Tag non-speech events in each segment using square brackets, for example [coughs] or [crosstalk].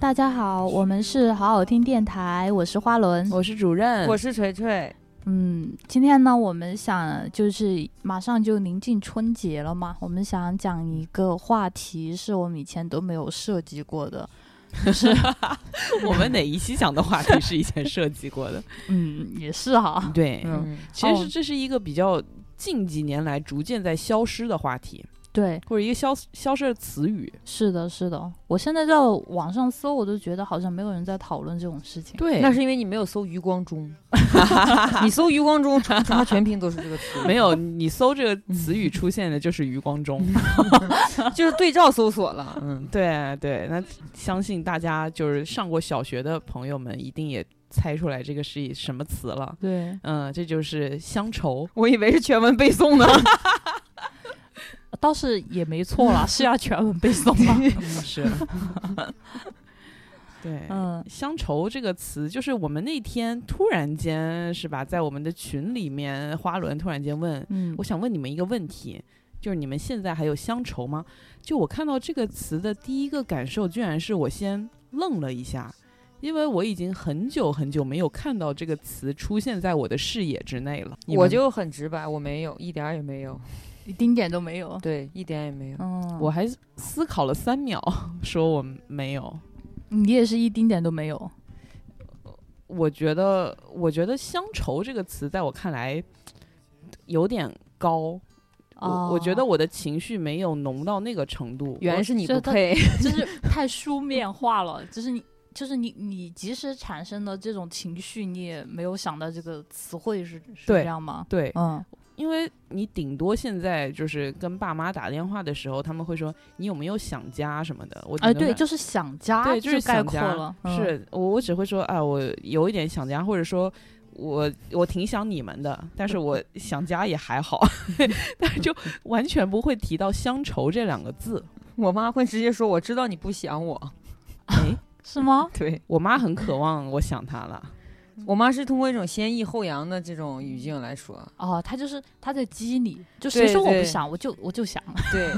大家好，我们是好好听电台，我是花轮。我是主任，我是锤锤，嗯，今天呢，我们想就是马上就临近春节了嘛，我们想讲一个话题，是我们以前都没有涉及过 [laughs] 的。我们哪一期讲的话题是以前设计过的？嗯，也是哈。 [laughs] 对嗯，其实哦是这是一个比较近几年来逐渐在消失的话题，对，或者一个消消失的词语。是的，是的。我现在在网上搜，我都觉得好像没有人在讨论这种事情。对那是因为你没有搜余 [laughs] 光中，你搜余光中，他全拼都是 [laughs] 这个词，没有你搜这个词语出现的就是余光中。就是对照搜索了。嗯， [laughs] 对对，那相信大家就是上过小学的朋友们，一定也猜出来这个是以什么词了。对，嗯，这就是乡 [laughs] 愁。我以为是全文背 [laughs] 诵呢。倒是也没错 [laughs] 啦，是要全文背诵吗？嗯是。 [laughs] 对，嗯，乡愁这个词，就是我们那天突然间是吧，在我们的群里面，花轮突然间问，嗯我想问你们一个问题，就是你们现在还有乡愁吗？就我看到这个词的第一个感受，居然是我先愣了一下，因为我已经很久很久没有看到这个词出现在我的视野之内了。你们我就很直白，我没有，一点儿也没有，一丁点都没有。对，一点也没有。嗯，我还思考了三秒， [laughs] 说我没有。你也是一丁点都没有。我觉得，我觉得“乡愁”这个词在我看来有点高。我我觉哦得我的情绪没有浓到那个程度。原来我是你这不他配， [laughs] 就是太书面化了，就是你。就是你，你即使产生的这种情绪，你也没有想到这个词汇是是对这样吗？对，嗯，因为你顶多现在就是跟爸妈打电话的时候，他们会说你有没有想家什么的。我哎，顶多对，就是想家，对，就是概想括家了，嗯，是我我只会说啊，我有一点想家，或者说。我我挺想你们的，但 [laughs] 是我想家也还好， [laughs] 但是就完全不会提到乡愁这两 [laughs] 个字。我妈会直接说我知道你不想我。哎，是 [laughs] 吗？对我妈很渴望我想她了，嗯我妈是通过一种先抑后扬的这种语境来说，哦，他就是他在激你，就谁说我不对想，我就我就想， [laughs] 对，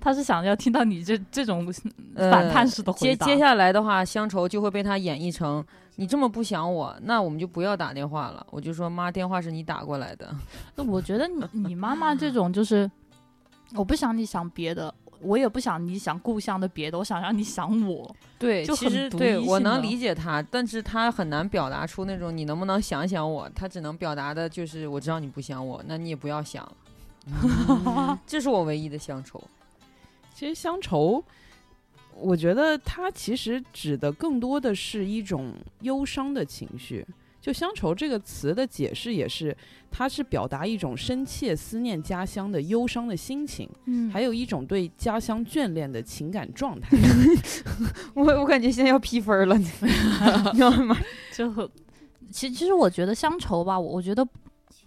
他是想要听到你这这种呃反叛式的回接答。接下来的话，乡愁就会被他演绎成你这么不想我，那我们就不要打电话了。我就说妈，电话是你打过来的，那我觉得你你妈妈这种就是，我不想你想别的，我也不想你想故乡的别的，我想让你想我。对，就其很实独对一我性的能理解他，但是他很难表达出那种你能不能想想我，他只能表达的就是我知道你不想我，那你也不要想了。这是我唯一的乡愁。其实乡愁，我觉得它其实指的更多的是一种忧伤的情绪。就乡愁这个词的解释也是，它是表达一种深切思念家乡的忧伤的心情，嗯还有一种对家乡眷恋的情感状态。我我感觉现在要批分了，你 [laughs] 知道吗？。就很，其其实我觉得乡愁吧，我我觉得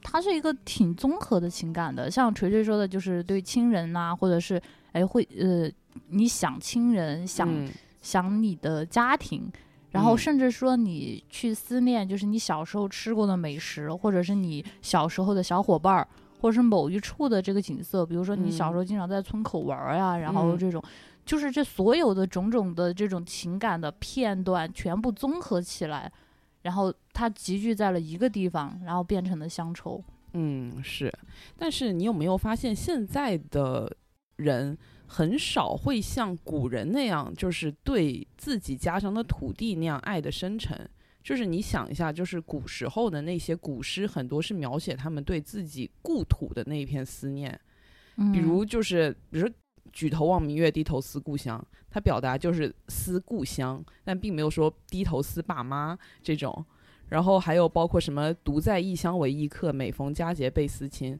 它是一个挺综合的情感的，像锤锤说的，就是对亲人呐、或者是哎会呃，你想亲人，想、嗯想你的家庭。然后嗯甚至说你去思念，就是你小时候吃过的美食，或者是你小时候的小伙伴儿，或者是某一处的这个景色，比如说你小嗯时候经常在村口玩儿呀、然后嗯这种，就是这所有的种种的这种情感的片段全部综合起来，然后它集聚在了一个地方，然后变成了乡愁。嗯，是。但是你有没有发现，现在的人很少会像古人那样，就是对自己家乡的土地那样爱的深沉。就是你想一下，就是古时候的那些古诗，很多是描写他们对自己故土的那一片思念。嗯比如，就是比如说“举头望明月，低头思故乡”，它表达就是思故乡，但并没有说低头思爸妈这种。然后还有包括什么“独在异乡为异客，每逢佳节倍思亲”，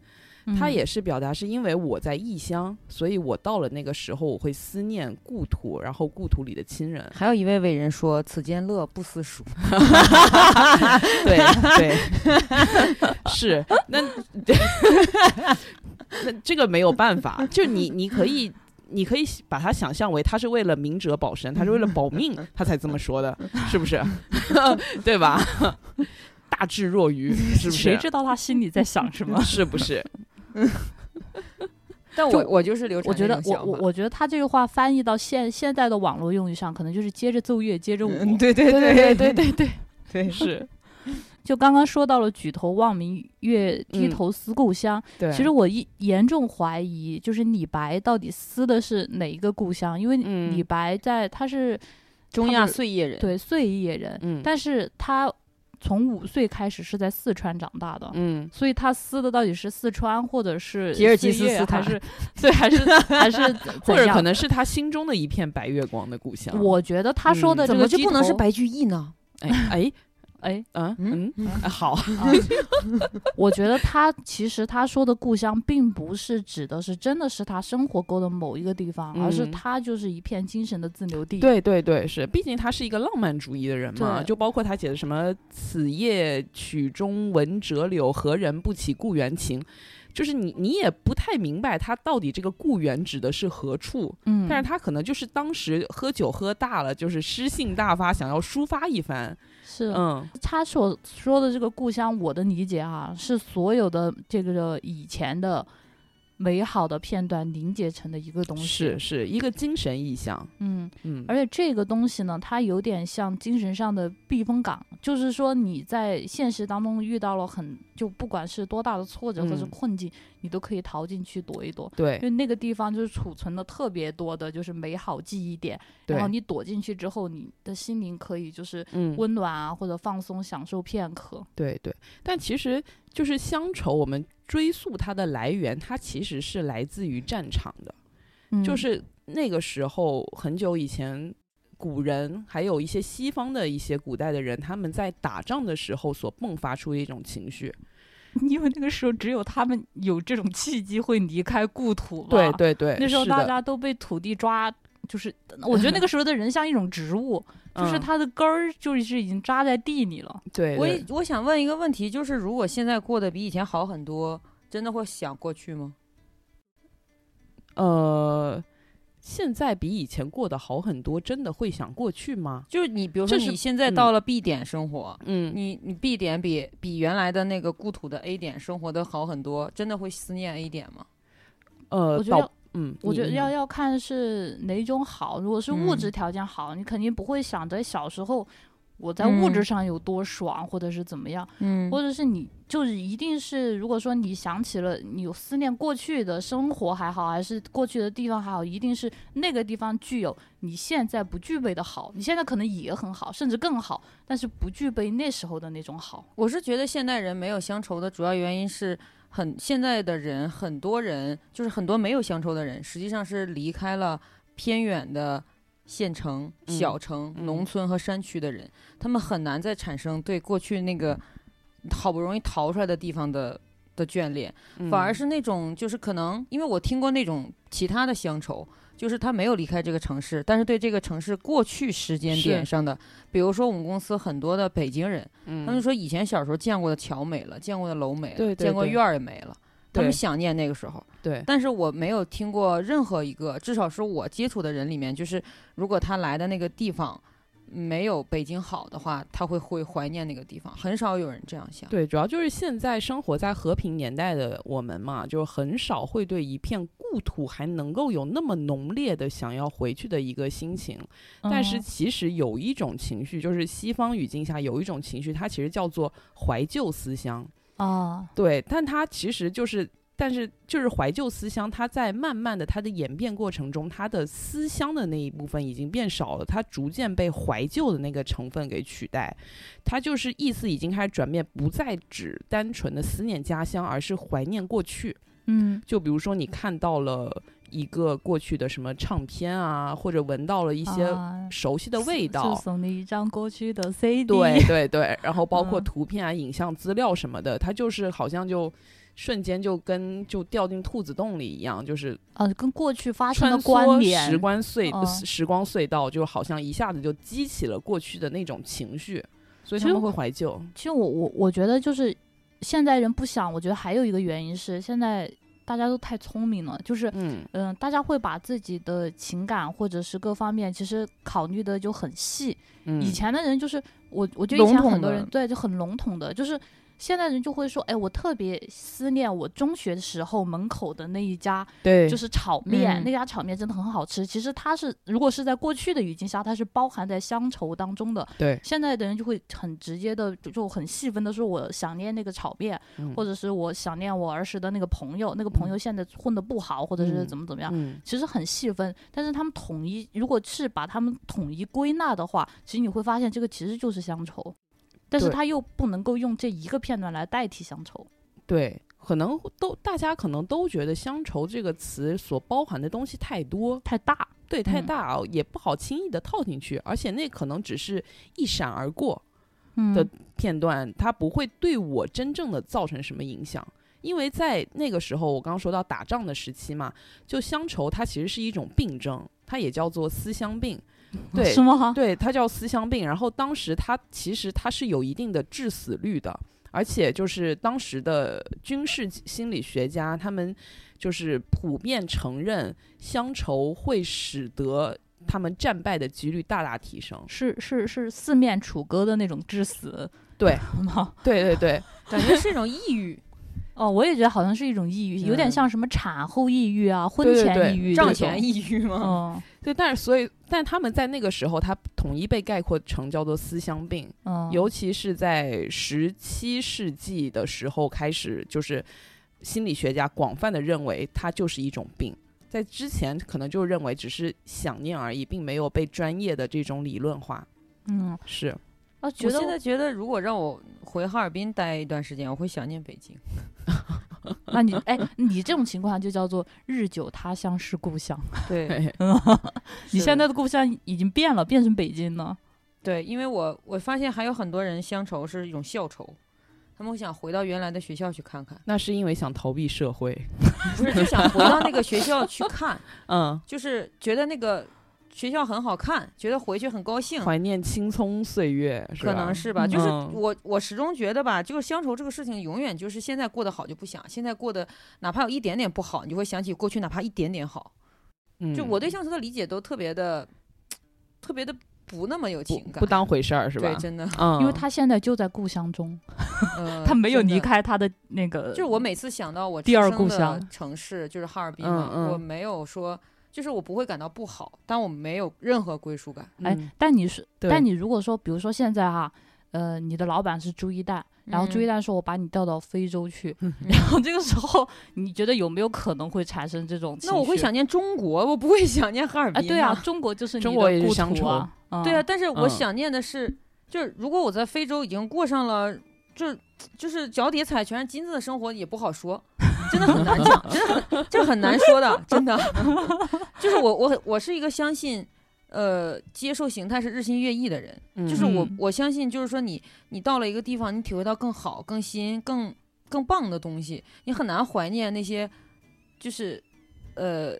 他嗯也是表达是因为我在异乡，所以我到了那个时候，我会思念故土，然后故土里的亲人 [laughs] 还有一位伟人说：“此间乐不思蜀。 [laughs] 对对，是那那这个没有办法，就你你可以。你可以把它想象为他是为了明哲保身，他是为了保命，他才这么说的，是不是？ [laughs] 对吧？ [laughs] 大智若愚，是不谁 [laughs] 是？？知道他心里在想什么是不是？但就我我就是流我传觉这得我种想我法。我觉得他这个话翻译到现现在的网络用语上，可能就是接着奏乐接着舞。嗯对对对对对对对，对是，就刚刚说到了举头望明月，低嗯头思故乡。对，其实我一严重怀疑，就是李白到底思的是哪一个故乡？因为嗯李白在他是中他亚不是碎叶人，对遂叶人，嗯但是他从五岁开始是在四川长大的。嗯，所以他思的到底是四川，或者是吉尔吉斯碎叶斯还坦 [laughs] 是对，还是还是或怎者可样？能是他心中的一片白月光的故乡。我觉得他说的这嗯怎个么就不能是鸡头？白居易呢？哎哎哎，嗯嗯嗯，哎好，啊 [laughs] 我觉得他其实他说的故乡，并不是指的是真的是他生活过的某一个地方，而是嗯他就是一片精神的自留地。对对对，是，毕竟他是一个浪漫主义的人嘛，对就包括他写的什么“此夜曲中闻折柳，何人不起故园情”，就是你你也不太明白他到底这个故园指的是何处，嗯，但是他可能就是当时喝酒喝大了，就是诗性大发，想要抒发一番，是、嗯他所说的这个故乡，我的理解哈、是所有的这个以前的美好的片段凝结成的一个东西。是，是一个精神意象，嗯，嗯，而且这个东西呢，它有点像精神上的避风港，就是说你在现实当中遇到了很就不管是多大的挫折或是嗯困境，你都可以逃进去躲一躲，因对为那个地方就是储存了特别多的就是美好记忆点，对然后，你躲进去之后，你的心灵可以就是嗯，温暖啊，或者放松享受片刻。对对，但其实就是乡愁，我们追溯它的来源，它其实是来自于战场的。嗯就是那个时候很久以前，古人还有一些西方的一些古代的人，他们在打仗的时候所迸发出的一种情绪。 [laughs] 因为那个时候只有他们有这种契机会离开故土嘛，对对对，那时候是大的家都被土地抓，就是我觉得那 [laughs] 个时候的人像一种植物，就是嗯它的根儿就是已经扎在地里了。对我对也我想问一个问题，就是如果现在过得比以前好很多，真的会想过去吗？呃，现在比以前过得好很多，真的会想过去吗？就是你，比如说这是你现在到了 B 点生活，嗯，你你 B 点比比原来的那个故土的 A 点生活的好很多，真的会思念 A 点吗？呃，我觉得倒，嗯，我你觉得你要要看是哪种好，如果是物质嗯条件好，你肯定不会想着小时候我在嗯物质上有多爽，或者是怎么样，嗯或者是你就是一定是如果说你想起了你有思念过去的生活还好，还是过去的地方还好，一定是那个地方具有你现在不具备的好，你现在可能也很好，甚至更好，但是不具备那时候的那种好。我是觉得现代人没有乡愁的主要原因是很现在的人，很多人就是很多没有乡愁的人，实际上是离开了偏远的县城、嗯小城、嗯农村和山区的人，他们很难再产生对过去那个好不容易逃出来的地方的的眷恋。反而嗯是那种就是可能，因为我听过那种其他的乡愁，就是他没有离开这个城市，但是对这个城市过去时间点是上的，比如说我们公司很多的北京人，他们嗯说以前小时候见过的桥没了，见过的楼没了，对对见过对院儿也没了，他们对想念那个时候。对，但是我没有听过任何一个，至少是我接触的人里面，就是如果他来的那个地方。没有北京好的话，他会会怀念那个地方，很少有人这样想。对，主要就是现在生活在和平年代的我们嘛，就是很少会对一片故土还能够有那么浓烈的想要回去的一个心情。但是嗯其实有一种情绪，就是西方语境下有一种情绪，它其实叫做怀旧思乡。啊，对，但它其实就是。但是，就是怀旧思乡，它在慢慢的它的演变过程中，它的思乡的那一部分已经变少了，它逐渐被怀旧的那个成分给取代，它就是意思已经开始转变，不再只单纯的思念家乡，而是怀念过去。嗯就比如说，你看到了一个过去的什么唱片啊，或者闻到了一些啊熟悉的味是道，是送你一张过去的 CD，[laughs] [laughs] 对对对，然后包括嗯图片啊、影像资料什么的，它就是好像就瞬间就跟就掉进兔子洞里一样，就是啊，跟过去发生穿的关梭联，时光隧、呃嗯时光隧道，就好像一下子就激起了过去的那种情绪，所以其他实们会怀旧。其实我我我觉得就是现在人不想，我觉得还有一个原因是现在大家都太聪明了，就是。嗯，嗯，大家会把自己的情感或者是各方面，其实考虑嗯的就很细。以前的人就是我，我觉得以嗯笼前统很多的人对就很笼统的，就是现代人就会说，哎，我特别思念我中学时候门口的那一家，对就是炒面，嗯那家炒面真的很好吃。其实它是，如果是在过去的语境下，它是包含在乡愁当中的。对，现在的人就会很直接的，就就很细分的说，我想念那个炒面，嗯或者是我想念我儿时的那个朋友，那个嗯朋友现在混的不好，或者是嗯怎么怎么样。嗯，其实很细分，但是他们统一，如果是把他们统一归纳的话，其实你会发现这个其实就是乡愁，但是对他又不能够用这一个片段来代替乡愁。对，可能都大家可能都觉得“乡愁”这个词所包含的东西太多，太大，对，太嗯大、啊也不好轻易的套进去，而且那可能只是一闪而过嗯的片段，它不会对我真正的造成什么影响。因为在那个时候，我刚刚说到打仗的时期嘛，就乡愁它其实是一种病症，它也叫做思乡病。嗯对，是吗？对，它叫思乡病。然后当时它其实它是有一定的致死率的，而且就是当时的军事心理学家他们就是普遍承认乡愁会使得他们战败的几率大大提升。是是是四面楚歌的那种致死，对 [laughs] 吗？对对对，感觉是一种抑郁，哦，我也觉得好像是一种抑郁，有点嗯像什么产后抑郁啊、婚对对前 [laughs] 对抑郁、账前，抑郁吗？嗯对，但是所以，但他们在那个时候，他统一被概括成叫做思乡病。哦嗯，尤其是在十七世纪的时候开始，就是心理学家广泛的认为它就是一种病。在之前可能就认为只是想念而已，并没有被专业的这种理论化。嗯，是，啊，我觉现在得觉得，如果让我回哈尔滨待一段时间，我会想念北京。那你哎，你这种情况就叫做日久他乡是故乡。哎对，你是现的在的故乡已经变了，变成北京了。对，因为我我发现还有很多人乡愁是一种校愁，他们会想回到原来的学校去看看，那是因为想逃避社会。不是就想回到那个学校去看，嗯，就是觉得那个学校很好看，觉得回去很高兴，怀念青葱岁月，是嗯可能吧是吧。就是嗯我我始终觉得吧，就是乡愁这个事情，永远就是现在过得好就不想，现在过得哪怕有一点点不好，你就会想起过去哪怕一点点好。嗯就我对乡愁的理解都特别的，特别的不那么有不情感，不当回事儿，是吧对，？ [laughs] 真的，嗯，因为他现在就在故乡中，呃、他没有真的离。开他的那个，就是我每次想到我第出二生故的乡城市，就是哈尔滨嗯嘛，嗯我没有说，就是我不会感到不好，但我没有任何归属感。哎嗯，但你是，对但你如果说，比如说现在哈、呃，你的老板是朱一蛋，然后朱一嗯蛋说我把你调到非洲去，嗯 [laughs] 然后这个时候你觉得有没有可能会产生这种情绪？那我会想念中国，我不会想念哈尔哎，滨、对啊，，中国就是你中的国也是故乡土啊，嗯对啊，，但是我嗯想念的是，就是如果我在非洲已经过上了这。就是脚底踩全是金子的生活也不好说，真的很难讲，真的很这很难说的，真的。 [laughs] 就是我我我是一个相信，呃，接受形态是日新月异的人，就是我嗯我相信，就是说你你到了一个地方，你体会到更好、更新、更更棒的东西，你很难怀念那些，就是呃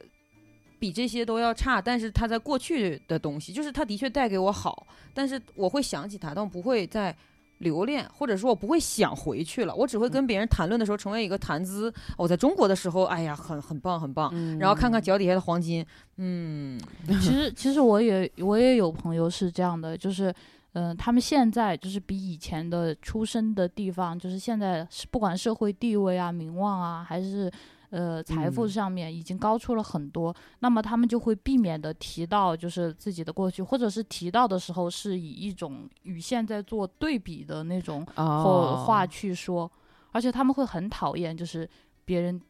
比这些都要差，但是它在过去的东西，就是它的确带给我好，但是我会想起它，但我不会再留恋，或者说我不会想回去了，我嗯只会跟别人谈论的时候成为一个谈资。我在中国的时候，哎呀，很很棒，很棒。嗯然后看看脚底下的黄金，嗯， [laughs] 其实其实我也我也有朋友是这样的，就是。嗯、他们现在就是比以前的出生的地方，就是现在是不管社会地位啊、名望啊，还是呃财富嗯上面，已经高出了很多。那么他们就会避免的提到就是自己的过去，或者是提到的时候是以一种与现在做对比的那种或哦话去说，而且他们会很讨厌就是别人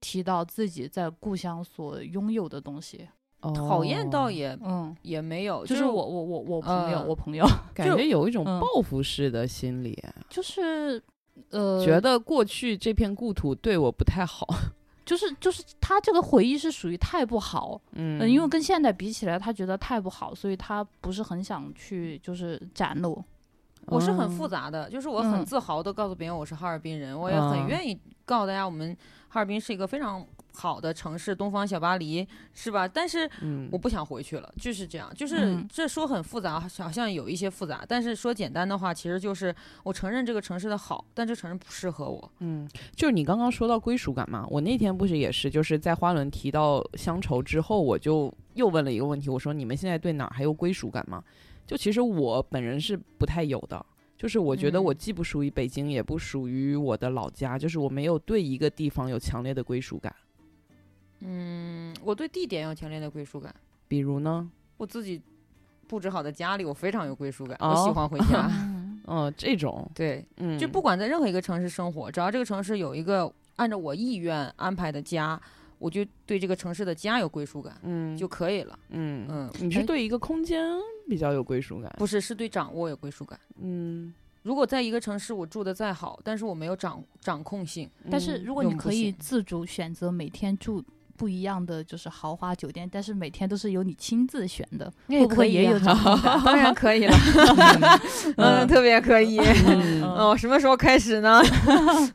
提到自己在故乡所拥有的东西。讨厌倒哦也嗯，也没有，就是嗯我我我我朋友，呃我朋友 [laughs] 感就觉有一种嗯报复式的心理，就是呃，觉得过去这片故土对我不太好。就是就是他这个回忆是属于太不好，嗯、嗯因为跟现在比起来，他觉得太不好，所以他不是很想去就是展露。我是很复杂，杂的，就是我很嗯自豪的告诉别人我是哈尔滨人，我也很嗯愿意告诉大家我们哈尔滨是一个非常好的城市，东方小巴黎是吧？但是嗯我不想回去了，就是这样，就是嗯这说很复杂，好像有一些复杂，但是说简单的话，其实就是我承认这个城市的好，但这城市不适合我。嗯，就是你刚刚说到归属感嘛，我那天不是也是，就是在花轮提到乡愁之后，我就又问了一个问题，我说你们现在对哪儿还有归属感吗？就其实我本人是不太有的，就是我觉得嗯我既不属于北京，也不属于我的老家，就是我没有对一个地方有强烈的归属感。嗯，我对地点有强烈的归属感，比如呢，我自己布置好的家里，我非常有归属感，哦我喜欢回家。 [laughs] [laughs] 嗯嗯、这种，对，嗯，就不管在任何一个城市生活，只要这个城市有一个按照我意愿安排的家，我就对这个城市的家有归属感嗯，就可以了。嗯嗯，你是哎对一个空间比较有归属感，不是，是对掌握有归属感。嗯，如果在一个城市我住的再好，但是我没有掌掌控性，但是嗯如果你用不可以行自主选择每天住不一样的就是豪华酒店，但是每天都是由你亲自选的，那啊会不会也有啊这种感 [laughs] 当然可以 [laughs] 了，嗯，特别可以。 [laughs] 嗯，哦，什么时候开始呢？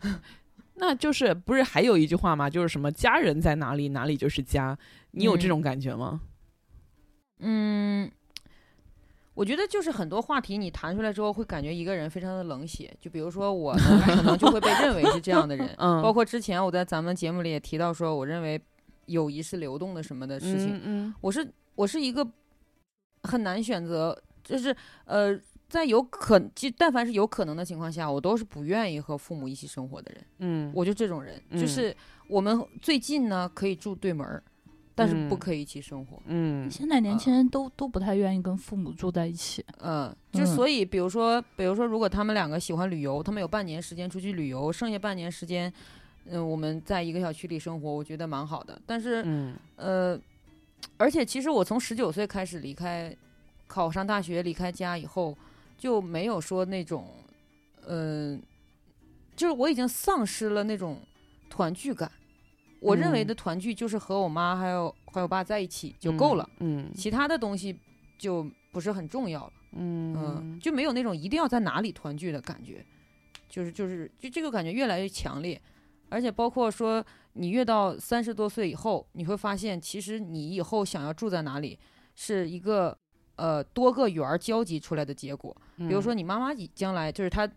[laughs] 那就是不是还有一句话吗？就是什么家人在哪里，哪里就是家。你有这嗯种感觉吗？嗯，我觉得就是很多话题你谈出来之后，会感觉一个人非常的冷血。就比如说我呢，可能就会被认为是这样的人。嗯，包括之前我在咱们节目里也提到说，我认为友谊是流动的什么的事情。嗯嗯我是我是一个很难选择，就是呃，在有可其实但凡是有可能的情况下，我都是不愿意和父母一起生活的人。嗯，我就这种人，嗯就是我们最近呢可以住对门儿，但是不嗯可以一起生活。嗯现在呃年轻人都都不太愿意跟父母住在一起。嗯，就嗯所以，比如说，比如说，如果他们两个喜欢旅游，他们有半年时间出去旅游，剩下半年时间，嗯、我们在一个小区里生活，我觉得蛮好的。但是，嗯呃，而且其实我从十九岁开始离开，考上大学离开家以后，就没有说那种，嗯、就是我已经丧失了那种团聚感。我认为嗯的团聚就是和我妈还有还有爸在一起就够了，，嗯其他的东西就不是很重要了。嗯，嗯就没有那种一定要在哪里团聚的感觉，就是就是就这个感觉越来越强烈，而且包括说你越到三十多岁以后，你会发现其实你以后想要住在哪里是一个呃多个园儿交集出来的结果。嗯，比如说你妈妈以将来就是她，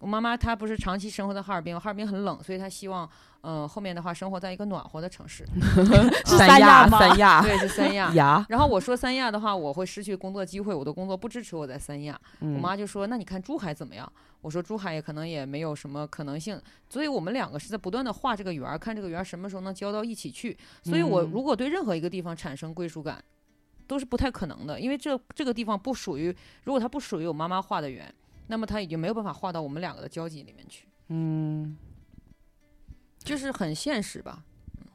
我妈妈她不是长期生活在哈尔滨，哈尔滨很冷，所以她希望嗯、呃后面的话生活在一个暖和的城市，是嗯三三亚亚吗三亚。对，是三亚 [laughs] 牙，然后我说三亚的话，我会失去工作机会，我的工作不支持我在三亚。我我妈就说：“那你看珠海怎么样？”我说：“珠海也可能也没有什么可能性。”所以我们两个是在不断的画这个圆儿，看这个圆儿什么时候能交到一起去。所以我嗯如果对任何一个地方产生归属感，都是不太可能的，因为这这个地方不属于，如果它不属于我妈妈画的圆，那么它已经没有办法画到我们两个的交集里面去，嗯就是很现实吧。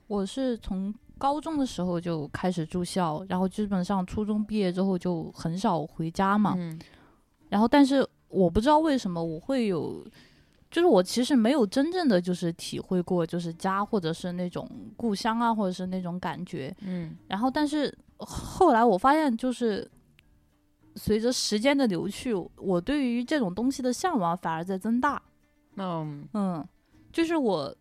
我是从高中的时候就开始住校，然后基本上初中毕业之后就很少回家嘛。嗯然后，但是我不知道为什么我会有，就是我其实没有真正的就是体会过就是家或者是那种故乡啊，或者是那种感觉。嗯然后，但是后来我发现，就是随着时间的流去，我对于这种东西的向往反而在增大。嗯嗯，就是我，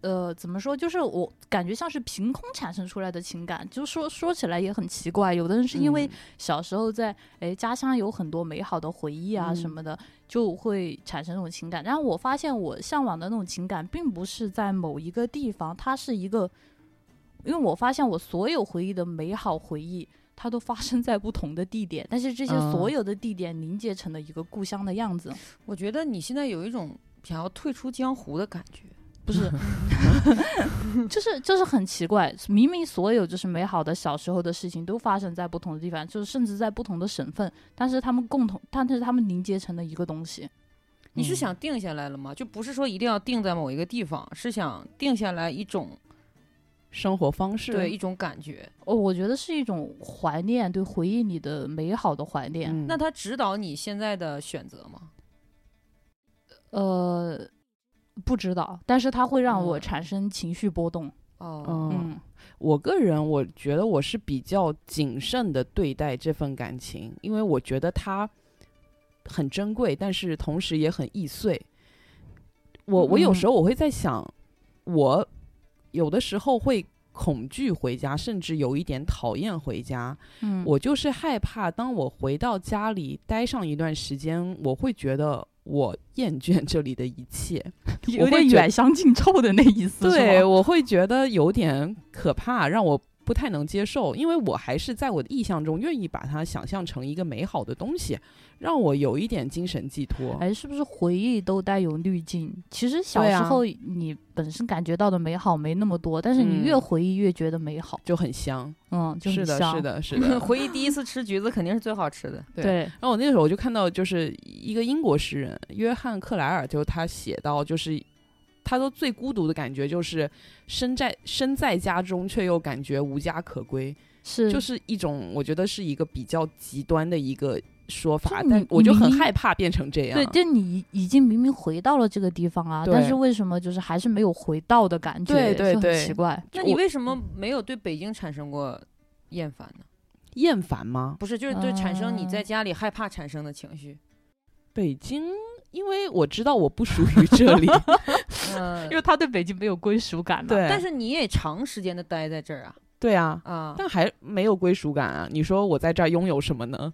呃，怎么说？就是我感觉像是凭空产生出来的情感，就说说起来也很奇怪。有的人是因为嗯小时候在哎家乡有很多美好的回忆啊什嗯么的，就会产生这种情感。然后我发现我向往的那种情感，并不是在某一个地方，它是一个，因为我发现我所有回忆的美好回忆。它都发生在不同的地点，但是这些所嗯有的地点凝结成了一个故乡的样子。我觉得你现在有一种想要退出江湖的感觉。不是，就是就是很奇怪，明明所有就是美好的小时候的事情都发生在不同的地方，就是甚至在不同的省份，但是他们共同，但是他们凝结成了一个东西。你是嗯想定下来了吗？就不是说一定要定在某一个地方，是想定下来一种生活方式对一种感觉。哦，我觉得是一种怀念，对回忆里的美好的怀念。嗯那他指导你现在的选择吗？呃，不知道，但是它会让我嗯产生情绪波动。哦，嗯，嗯我个人我觉得我是比较谨慎的对待这份感情，因为我觉得它很珍贵，但是同时也很易碎。我我有嗯时候我会在想，我有的时候会恐惧回家，甚至有一点讨厌回家。嗯，我就是害怕，当我回到家里待上一段时间，我会觉得我厌倦这里的一切。有我会点 [laughs] 觉远香近臭的那意思。是对，吗，我会觉得有点可怕，让我不太能接受，因为我还是在我的意象中愿意把它想象成一个美好的东西，让我有一点精神寄托。哎，是不是回忆都带有滤镜？其实小对时啊候你本身感觉到的美好没那么多，但是你越嗯回忆越觉得美好，就很香，嗯，就是很的，香是，的，是 [laughs] 的。 [laughs] 回忆第一次吃橘子肯定是最好吃的。对对，然后我那时候我就看到，就是一个英国诗人约翰克莱尔，就他写到，就是他说最孤独的感觉就是身在身在家中，却又感觉无家可归，是就是一种我觉得是一个比较极端的一个说法就，你但我就很你害怕变成这样。对，就你已经明明回到了这个地方啊，对但是为什么就是还是没有回到的感觉？对对就很对奇怪。那你我为什么没有对北京产生过厌烦呢？厌烦吗？不是，就是对产生你嗯在家里害怕产生的情绪。北京，因为我知道我不属于 [laughs] 这里，嗯，为他对北京没有归属感嘛，对，但是你也长时间的待在这儿啊对啊，啊，但还没有归属感啊！你说我在这儿拥有什么呢？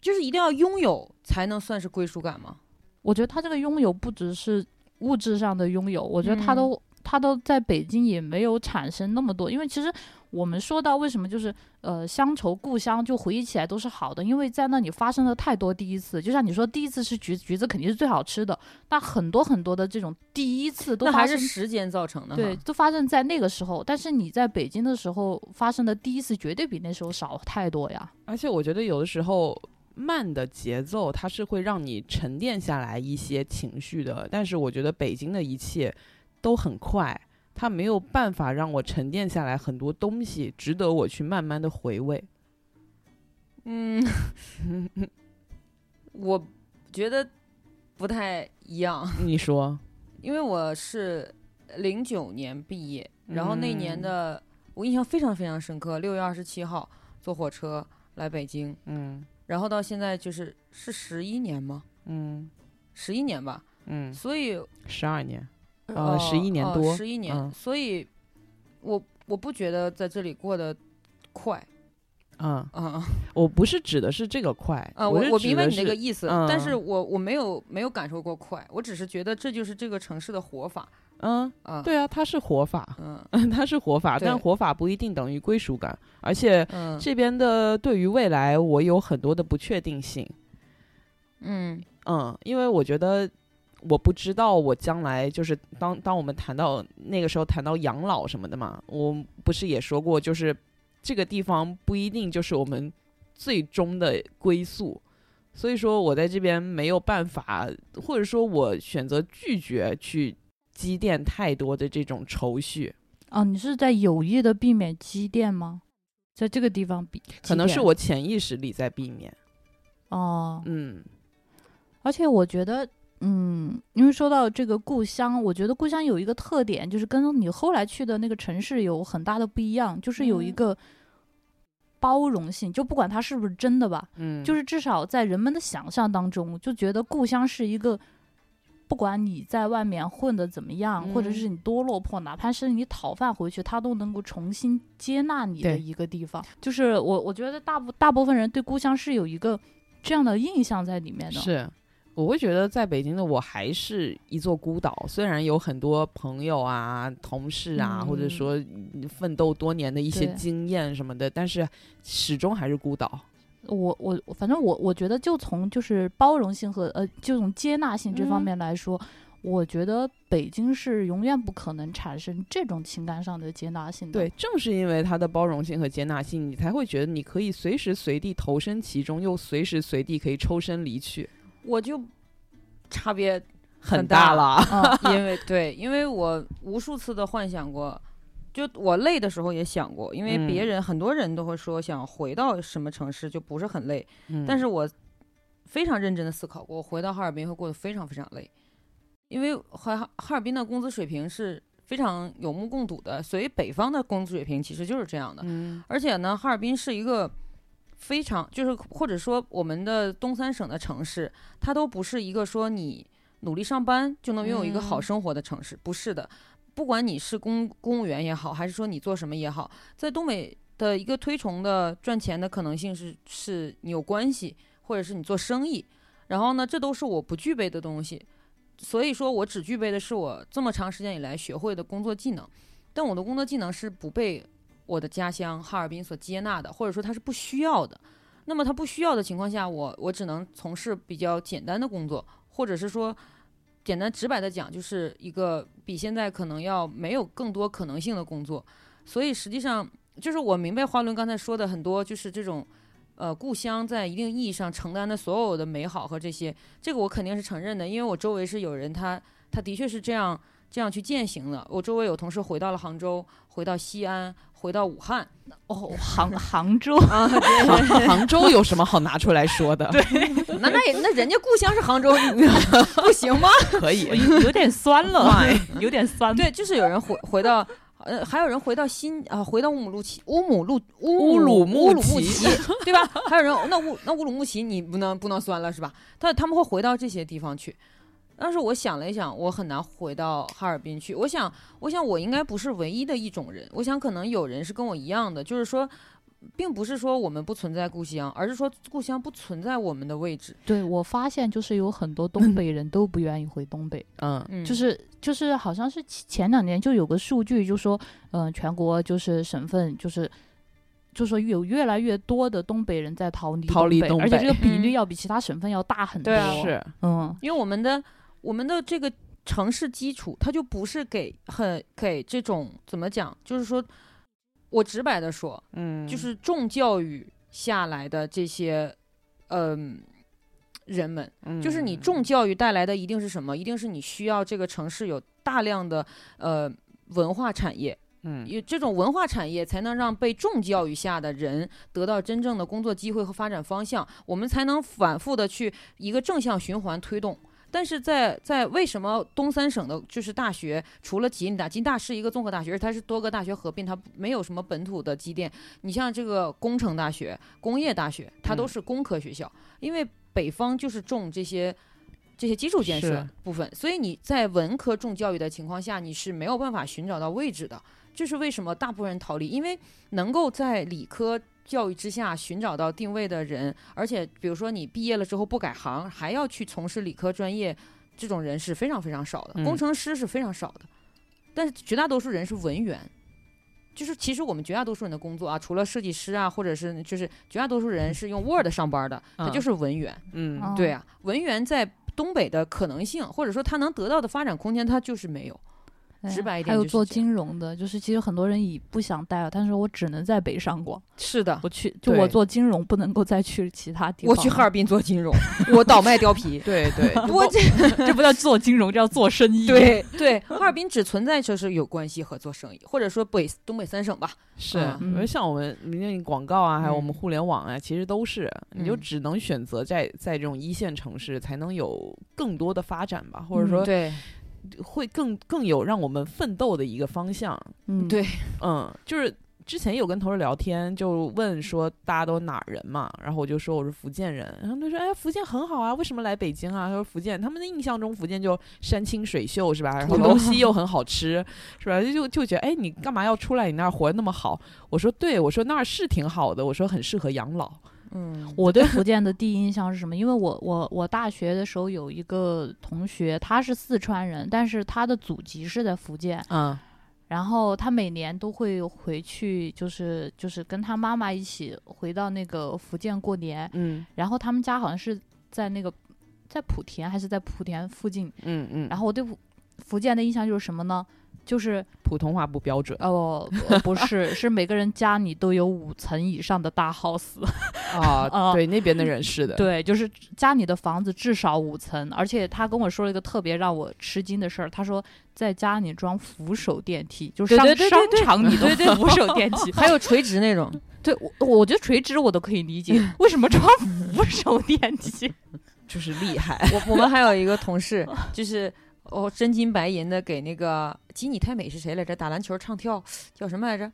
就是一定要拥有才能算是归属感吗？我觉得他这个拥有不只是物质上的拥有，我觉得他嗯都、他都在北京也没有产生那么多，因为其实我们说到为什么就是呃乡愁故乡，就回忆起来都是好的，因为在那里发生了太多第一次，就像你说第一次是橘子橘子肯定是最好吃的，那很多很多的这种第一次都那还发是生时间造成的哈。对，都发生在那个时候，但是你在北京的时候发生的第一次绝对比那时候少太多呀。而且我觉得有的时候慢的节奏，它是会让你沉淀下来一些情绪的。但是我觉得北京的一切都很快，它没有办法让我沉淀下来很多东西，值得我去慢慢的回味。嗯， [laughs] 我觉得不太一样，你说，因为我是零九年毕业，然后那年嗯的、我印象非常非常深刻，六月二十七号坐火车来北京，嗯然后到现在就是是十一年吗？嗯十一年吧，嗯，所以十二年，呃，十一年多，嗯哦十一、11年，嗯所以我我不觉得在这里过得快嗯，啊啊、我不是指的是这个快，啊！我我是我指明白的你那是个意思，嗯但是我我没有没有感受过快，我只是觉得这就是这个城市的活法嗯，啊。，对啊，它是活法， [laughs] 嗯它是活法，但对活法不一定等于归属感，而且嗯这边的对于未来，我有很多的不确定性。嗯嗯，因为我觉得我不知道我将来就是当当我们谈到那个时候谈到养老什么的嘛，我不是也说过，就是这个地方不一定就是我们最终的归宿。所以说，我在这边没有办法，或者说，我选择拒绝去积淀太多的这种愁绪。啊，你是在有意的避免积淀吗？在这个地方比，可能积是淀我潜意识里在避免。哦、嗯而且我觉得，嗯，因为说到这个故乡，我觉得故乡有一个特点，就是跟你后来去的那个城市有很大的不一样，就是有一嗯个包容性，就不管它是不是真的吧，嗯，就是至少在人们的想象当中，就觉得故乡是一个，不管你在外面混的怎么样，或者嗯是你多落魄，哪怕是你讨饭回去，他都能够重新接纳你的对一个地方。就是我，我觉得大部大部分人对故乡是有一个这样的印象在里面的。是，我会觉得在北京的我还是一座孤岛，虽然有很多朋友啊、同事啊，或者嗯说嗯奋斗多年的一些对经验什么的，但是始终还是孤岛。我我我反正我我觉得，就从就是包容性和呃这种接纳性这方嗯面来说。我觉得北京是永远不可能产生这种情感上的接纳性的。对，，正是因为它的包容性和接纳性，你才会觉得你可以随时随地投身其中，又随时随地可以抽身离去，我就差别很很大了啊。嗯，因为对，因为我无数次的幻想过，就我累的时候也想过，因为别嗯人、很多人都会说想回到什么城市就不是很累，嗯但是我非常认真的思考过，我回到哈尔滨会过得非常非常累，因为哈哈尔滨的工资水平是非常有目共睹的，所以北方的工资水平其实就是这样的，嗯而且呢，哈尔滨是一个非常就是或者说我们的东三省的城市，它都不是一个说你努力上班就能拥有一个好嗯生活的城市，不是的。不管你是公公务员也好，还是说你做什么也好，在东北的一个推崇的赚钱的可能性是是你有关系，或者是你做生意，然后呢，这都是我不具备的东西，所以说我只具备的是我这么长时间以来学会的工作技能，但我的工作技能是不被我的家乡哈尔滨所接纳的，或者说它是不需要的。那么它不需要的情况下，我我只能从事比较简单的工作，或者是说，简单直白的讲，就是一个比现在可能要没有更多可能性的工作。所以实际上，就是我明白花轮刚才说的很多，就是这种，呃，故乡在一定意义上承担的所有的美好和这些，这个我肯定是承认的，因为我周围是有人他他的确是这样这样去践行的。我周围有同事回到了杭州，回到西安，回到武汉，哦， [laughs] 杭杭州，啊，对杭杭州有什么好拿出来说的？对，那那也那人家故乡是杭州，你 [laughs] 不行吗？可以我。有有点酸 [laughs] 了 Why？， [laughs] 有点酸。对，就是有人回回到。呃，还有人回到新啊、回到乌姆鲁奇、乌姆鲁乌乌鲁木乌鲁木齐齐，对吧？ [laughs] 还有人那乌那乌鲁木齐，你不能不能酸了是吧？但他们会回到这些地方去。但是我想了一想，我很难回到哈尔滨去。我想，我想我应该不是唯一的一种人。我想可能有人是跟我一样的，就是说，并不是说我们不存在故乡，而是说故乡不存在我们的位置。对我发现就是有很多东北人都不愿意回东北，嗯，嗯，就是就是好像是前前两年就有个数据，就说嗯、呃全国就是省份就是。就说有越来越多的东北人在逃离逃离北，东而且北这个比率嗯要比其他省份要大很多。对啊是嗯，因为我们的我们的这个城市基础，它就不是给很给这种怎么讲，就是说，我直白的说，嗯，就是重教育下来的这些，嗯、人们，就是你重教育带来的一定是什么？一定是你需要这个城市有大量的呃文化产业，嗯，有这种文化产业，才能让被重教育下的人得到真正的工作机会和发展方向，我们才能反复的去一个正向循环推动。但是在在为什么东三省的就是大学，除了吉林大，吉林大是一个综合大学，而它是多个大学合并，它没有什么本土的积淀。你像这个工程大学、工业大学，它都嗯是工科学校，因为北方就是重这些这些基础建设是部分，所以你在文科重教育的情况下，你是没有办法寻找到位置的。这是为什么大部分人逃离，因为能够在理科教育之下寻找到定位的人，而且比如说你毕业了之后不改行，还要去从事理科专业，这种人是非常非常少的，嗯工程师是非常少的，但是绝大多数人是文员。就是其实我们绝大多数人的工作啊，除了设计师啊，或者是就是绝大多数人是用 Word 上班的，他嗯就是文员。嗯哦对啊，文员在东北的可能性，或者说他能得到的发展空间，他就是没有。哎直白一点还有就是做这样金融的，就是其实很多人以不想待了，但是我只能在北上广，是的，我去就对。我做金融不能够再去其他地我方。去哈尔，滨做金融， [laughs] 我倒卖貂 [laughs] 皮对对，我这 [laughs] 这不叫做金融，这叫做生意。，对对，哈尔滨只存在就是有关系和做生意，或者说北东北三省吧。是，嗯我觉得像我们民营广告啊，还有我们嗯互联网啊，其实都是，你就嗯只能选择在在这种一线城市才能有更多的发展吧，或者嗯说对会更更有让我们奋斗的一个方向。嗯，对，嗯，就是之前有跟同事聊天，就问说大家都哪儿人嘛，然后我就说我是福建人，然后他说哎福建很好啊，为什么来北京啊？他说福建他们的印象中福建就山清水秀是吧，然后土豆东西又很好吃是吧，就就觉得哎你干嘛要出来？你那儿活得那么好？我说对，我说那儿是挺好的，我说很适合养老。嗯，我对福建的第一印象是什么？因为我我我大学的时候有一个同学，他是四川人，但是他的祖籍是在福建，嗯然后他每年都会回去，就是就是跟他妈妈一起回到那个福建过年，嗯然后他们家好像是在那个在莆田还是在莆田附近，嗯嗯，然后后我对福福建的印象就是什么呢？就是普通话不标准哦，呃不是，是每个人家里都有五层以上的大 house。啊，啊对那边的人是的，对，就是家里的房子至少五层，而且他跟我说了一个特别让我吃惊的事儿，他说在家里装扶手电梯，就是商对对对对对商场里的扶手电梯。还有垂直那 [laughs] 种，对，我我觉得垂直我都可以理 [laughs] 解，为什么装扶手电 [laughs] 梯？就是厉害。我我们还有一个同事，就是哦，真金白银的给那个基尼泰美是谁来着？打篮球、唱跳叫什么来着？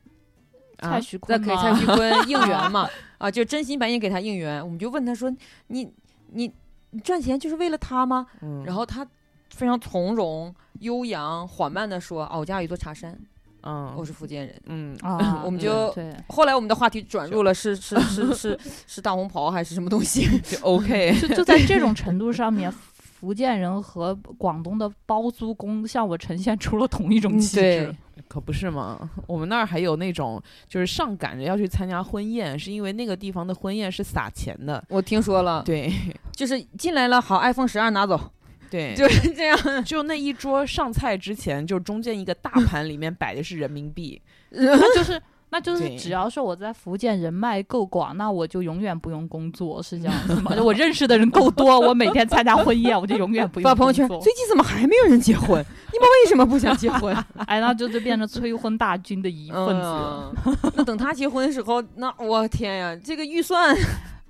啊徐再坤给吗蔡徐坤应援嘛？啊，就真心白银给他应援。我们就问他说：“你你你赚钱就是为了他吗？”嗯然后他非常从容、悠扬、缓慢的说：“啊，我家有一座茶山，嗯我是福建人。嗯 [laughs] 啊，我们对就对”后来我们的话题转入了是是是是是大红袍还是什么东西？ [laughs] 就 OK。就就在这种程度上面，福建人和广东的包租公向我呈现出了同一种嗯 [laughs] 气对质。可不是嘛。 [laughs] 我们那儿还有那种就是上赶着要去参加婚宴，是因为那个地方的婚宴是撒钱的。我听说了， [laughs] 对就是进来了，好，iPhone 十二拿走，对，就是这样。就那一桌上菜之前，就中间一个大盘里面摆的是人民 [laughs] 币。那就是那就是对只要是我在福建人脉够广，那我就永远不用工作，是这样子 [laughs] 吗？就我认识的人够多，我每天参加婚宴，我就永远不用发朋友圈，工作最近怎么还没有人结婚？你们为什么不想结婚？哎，那就就变成催婚大军的一份子。嗯，那等他结婚的时候，那我天呀，这个预算，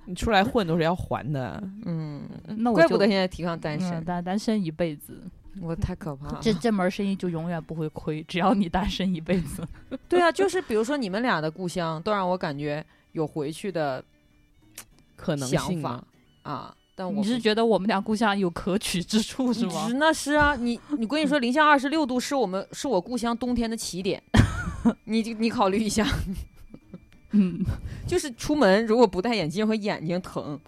你出来混都是要还 [laughs] 的。嗯，那我怪就不得现在啊提倡单嗯身，单单身一辈子，我太可怕了。这这门生意就永远不会亏，只要你单身一辈子。对啊，就是比如说你们俩的故乡，都让我感觉有回去的可能想性法嘛，啊。但我你是不觉得我们俩故乡有可取之处是吗是？那是啊，你你闺女说零下二十六度是我们是我故乡冬天的起点， [laughs] 你就你考虑一下，嗯，就是出门如果不戴眼镜会眼睛疼，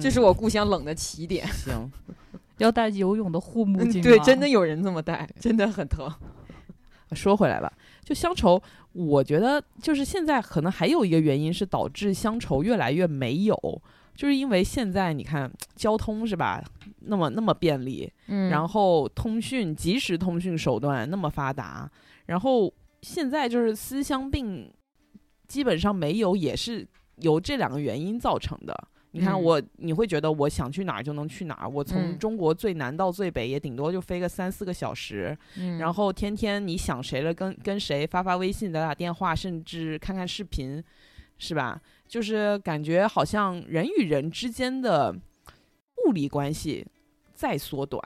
这是嗯我故乡冷的起点。行。要带游泳的护目嗯镜、对，真的。有人这么戴，真的很疼。呃说回来吧，就乡愁，我觉得就是现在可能还有一个原因是导致乡愁越来越没有，就是因为现在你看交通是吧，那么那么便利，嗯然后通讯即时通讯手段那么发达，然后现在就是思乡病基本上没有，也是由这两个原因造成的。你看嗯我，你会觉得我想去哪儿就能去哪儿，我从嗯中国最南到最北也顶多就飞个三四个小时，然后后天天你想谁了，跟跟谁发发微信、打打电话，甚至看看视频，是吧？就是感觉好像人与人之间的物理关系在缩短。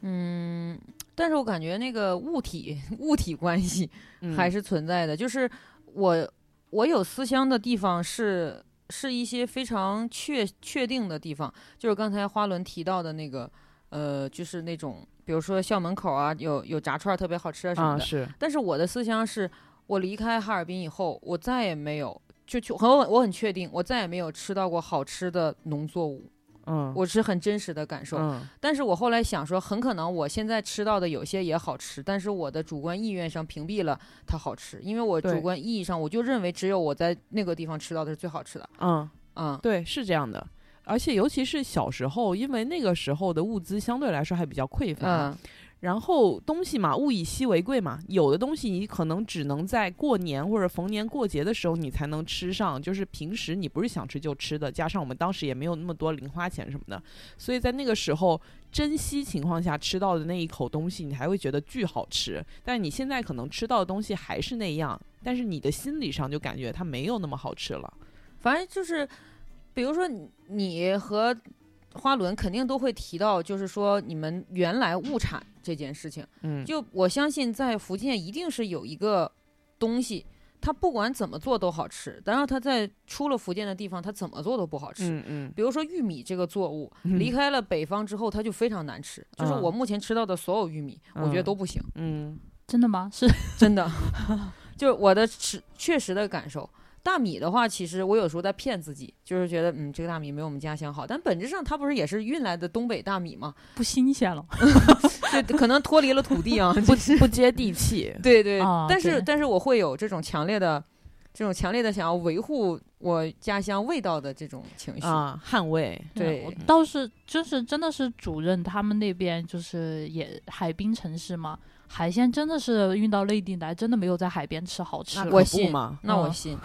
嗯，但是我感觉那个物体物体关系嗯、还是存在的，就是我我有思乡的地方是是一些非常确确定的地方，就是刚才花轮提到的那个呃，就是那种比如说校门口啊，有有炸串儿特别好吃啊什么啊，的，是但是我的思乡是，我离开哈尔滨以后，我再也没有就就很我很确定，我再也没有吃到过好吃的农作物，嗯，我是很真实的感受。嗯但是我后来想说，很可能我现在吃到的有些也好吃，但是我的主观意愿上屏蔽了它好吃，因为我对主观意义上我就认为只有我在那个地方吃到的是最好吃的嗯，啊、对，是这样的。而且尤其是小时候，因为那个时候的物资相对来说还比较匮乏，嗯然后东西嘛，物以稀为贵嘛，有的东西你可能只能在过年或者逢年过节的时候你才能吃上，就是平时你不是想吃就吃的，加上我们当时也没有那么多零花钱什么的，所以在那个时候珍惜情况下吃到的那一口东西，你还会觉得巨好吃。但你现在可能吃到的东西还是那样，但是你的心理上就感觉它没有那么好吃了。反正就是，比如说你你和花轮肯定都会提到，就是说你们原来物产这件事情。嗯，就我相信，在福建一定是有一个东西，它不管怎么做都好吃，然后它在出了福建的地方，它怎么做都不好吃。嗯嗯，比如说玉米这个作物，嗯离开了北方之后，它就非常难吃。就是嗯我目前吃到的所有玉米，我觉得都不行，嗯真的吗？是 [laughs] 真的。 [laughs] 就是我的吃确实的感受。大米的话，其实我有时候在骗自己，就是觉得嗯，这个大米没有我们家乡好，但本质上它不是也是运来的东北大米吗？不新鲜了。这可能脱离了土地啊， [laughs] 嗯 [laughs] 不不接地气。对对，啊哦但是对但是我会有这种强烈的、这种强烈的想要维护我家乡味道的这种情 [laughs] 绪。啊，捍卫，对我倒是就是真的是主任他们那边就是也海滨城市嘛，海鲜真的是运到内地来，真的没有在海边吃好吃那了。我可不信嘛，那我嗯信，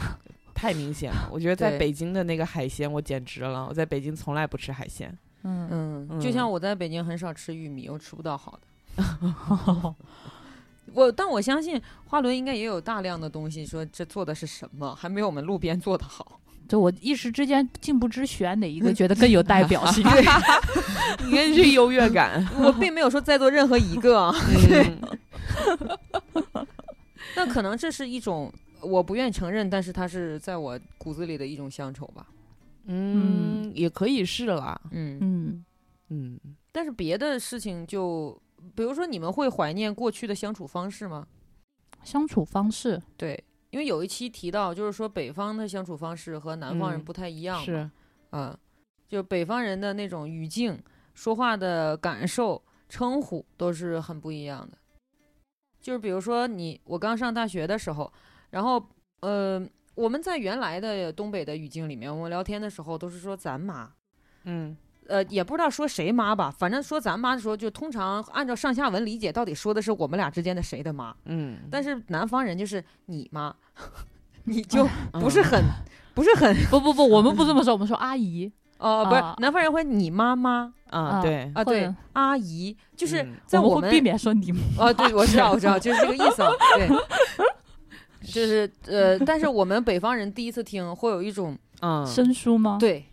太明显了。我觉得在对北京的那个海鲜，我简直了。我在北京从来不吃海鲜。嗯，嗯，就像嗯我在北京很少吃玉米，我吃不到好的。 [laughs] 我但我相信花轮应该也有大量的东西，说这做的是什么，还没有我们路边做的好。就我一时之间竟不知选哪一个觉得更有代表 [laughs] 性。你看这优越感，我并没有说在做任何一个啊， [laughs] 嗯那可能这是一种我不愿承认，但是它是在我骨子里的一种乡愁吧。嗯，也可以是啦。嗯，嗯，嗯，但是别的事情就，比如说你们会怀念过去的相处方式吗？相处方式，对，因为有一期提到，就是说北方的相处方式和南方人嗯不太一样嘛，是，啊，就北方人的那种语境、说话的感受、称呼都是很不一样的。就是比如说你我刚上大学的时候，然后呃我们在原来的东北的语境里面，我们聊天的时候都是说咱妈，嗯，呃也不知道说谁妈吧，反正说咱妈的时候，就通常按照上下文理解，到底说的是我们俩之间的谁的妈。嗯，但是南方人就是你妈， [laughs] 你就嗯不是很、不是很 [laughs] 不不不，我们不这么说，我们说阿姨哦、不是啊南方人会你妈妈啊，对，啊，或者对阿姨，就是嗯在我们会避免说你们啊，对，我知道，我知道，就是这个意 [laughs] 思啊。对，就是呃，但是我们北方人第一次听，会有一种嗯，生疏吗？对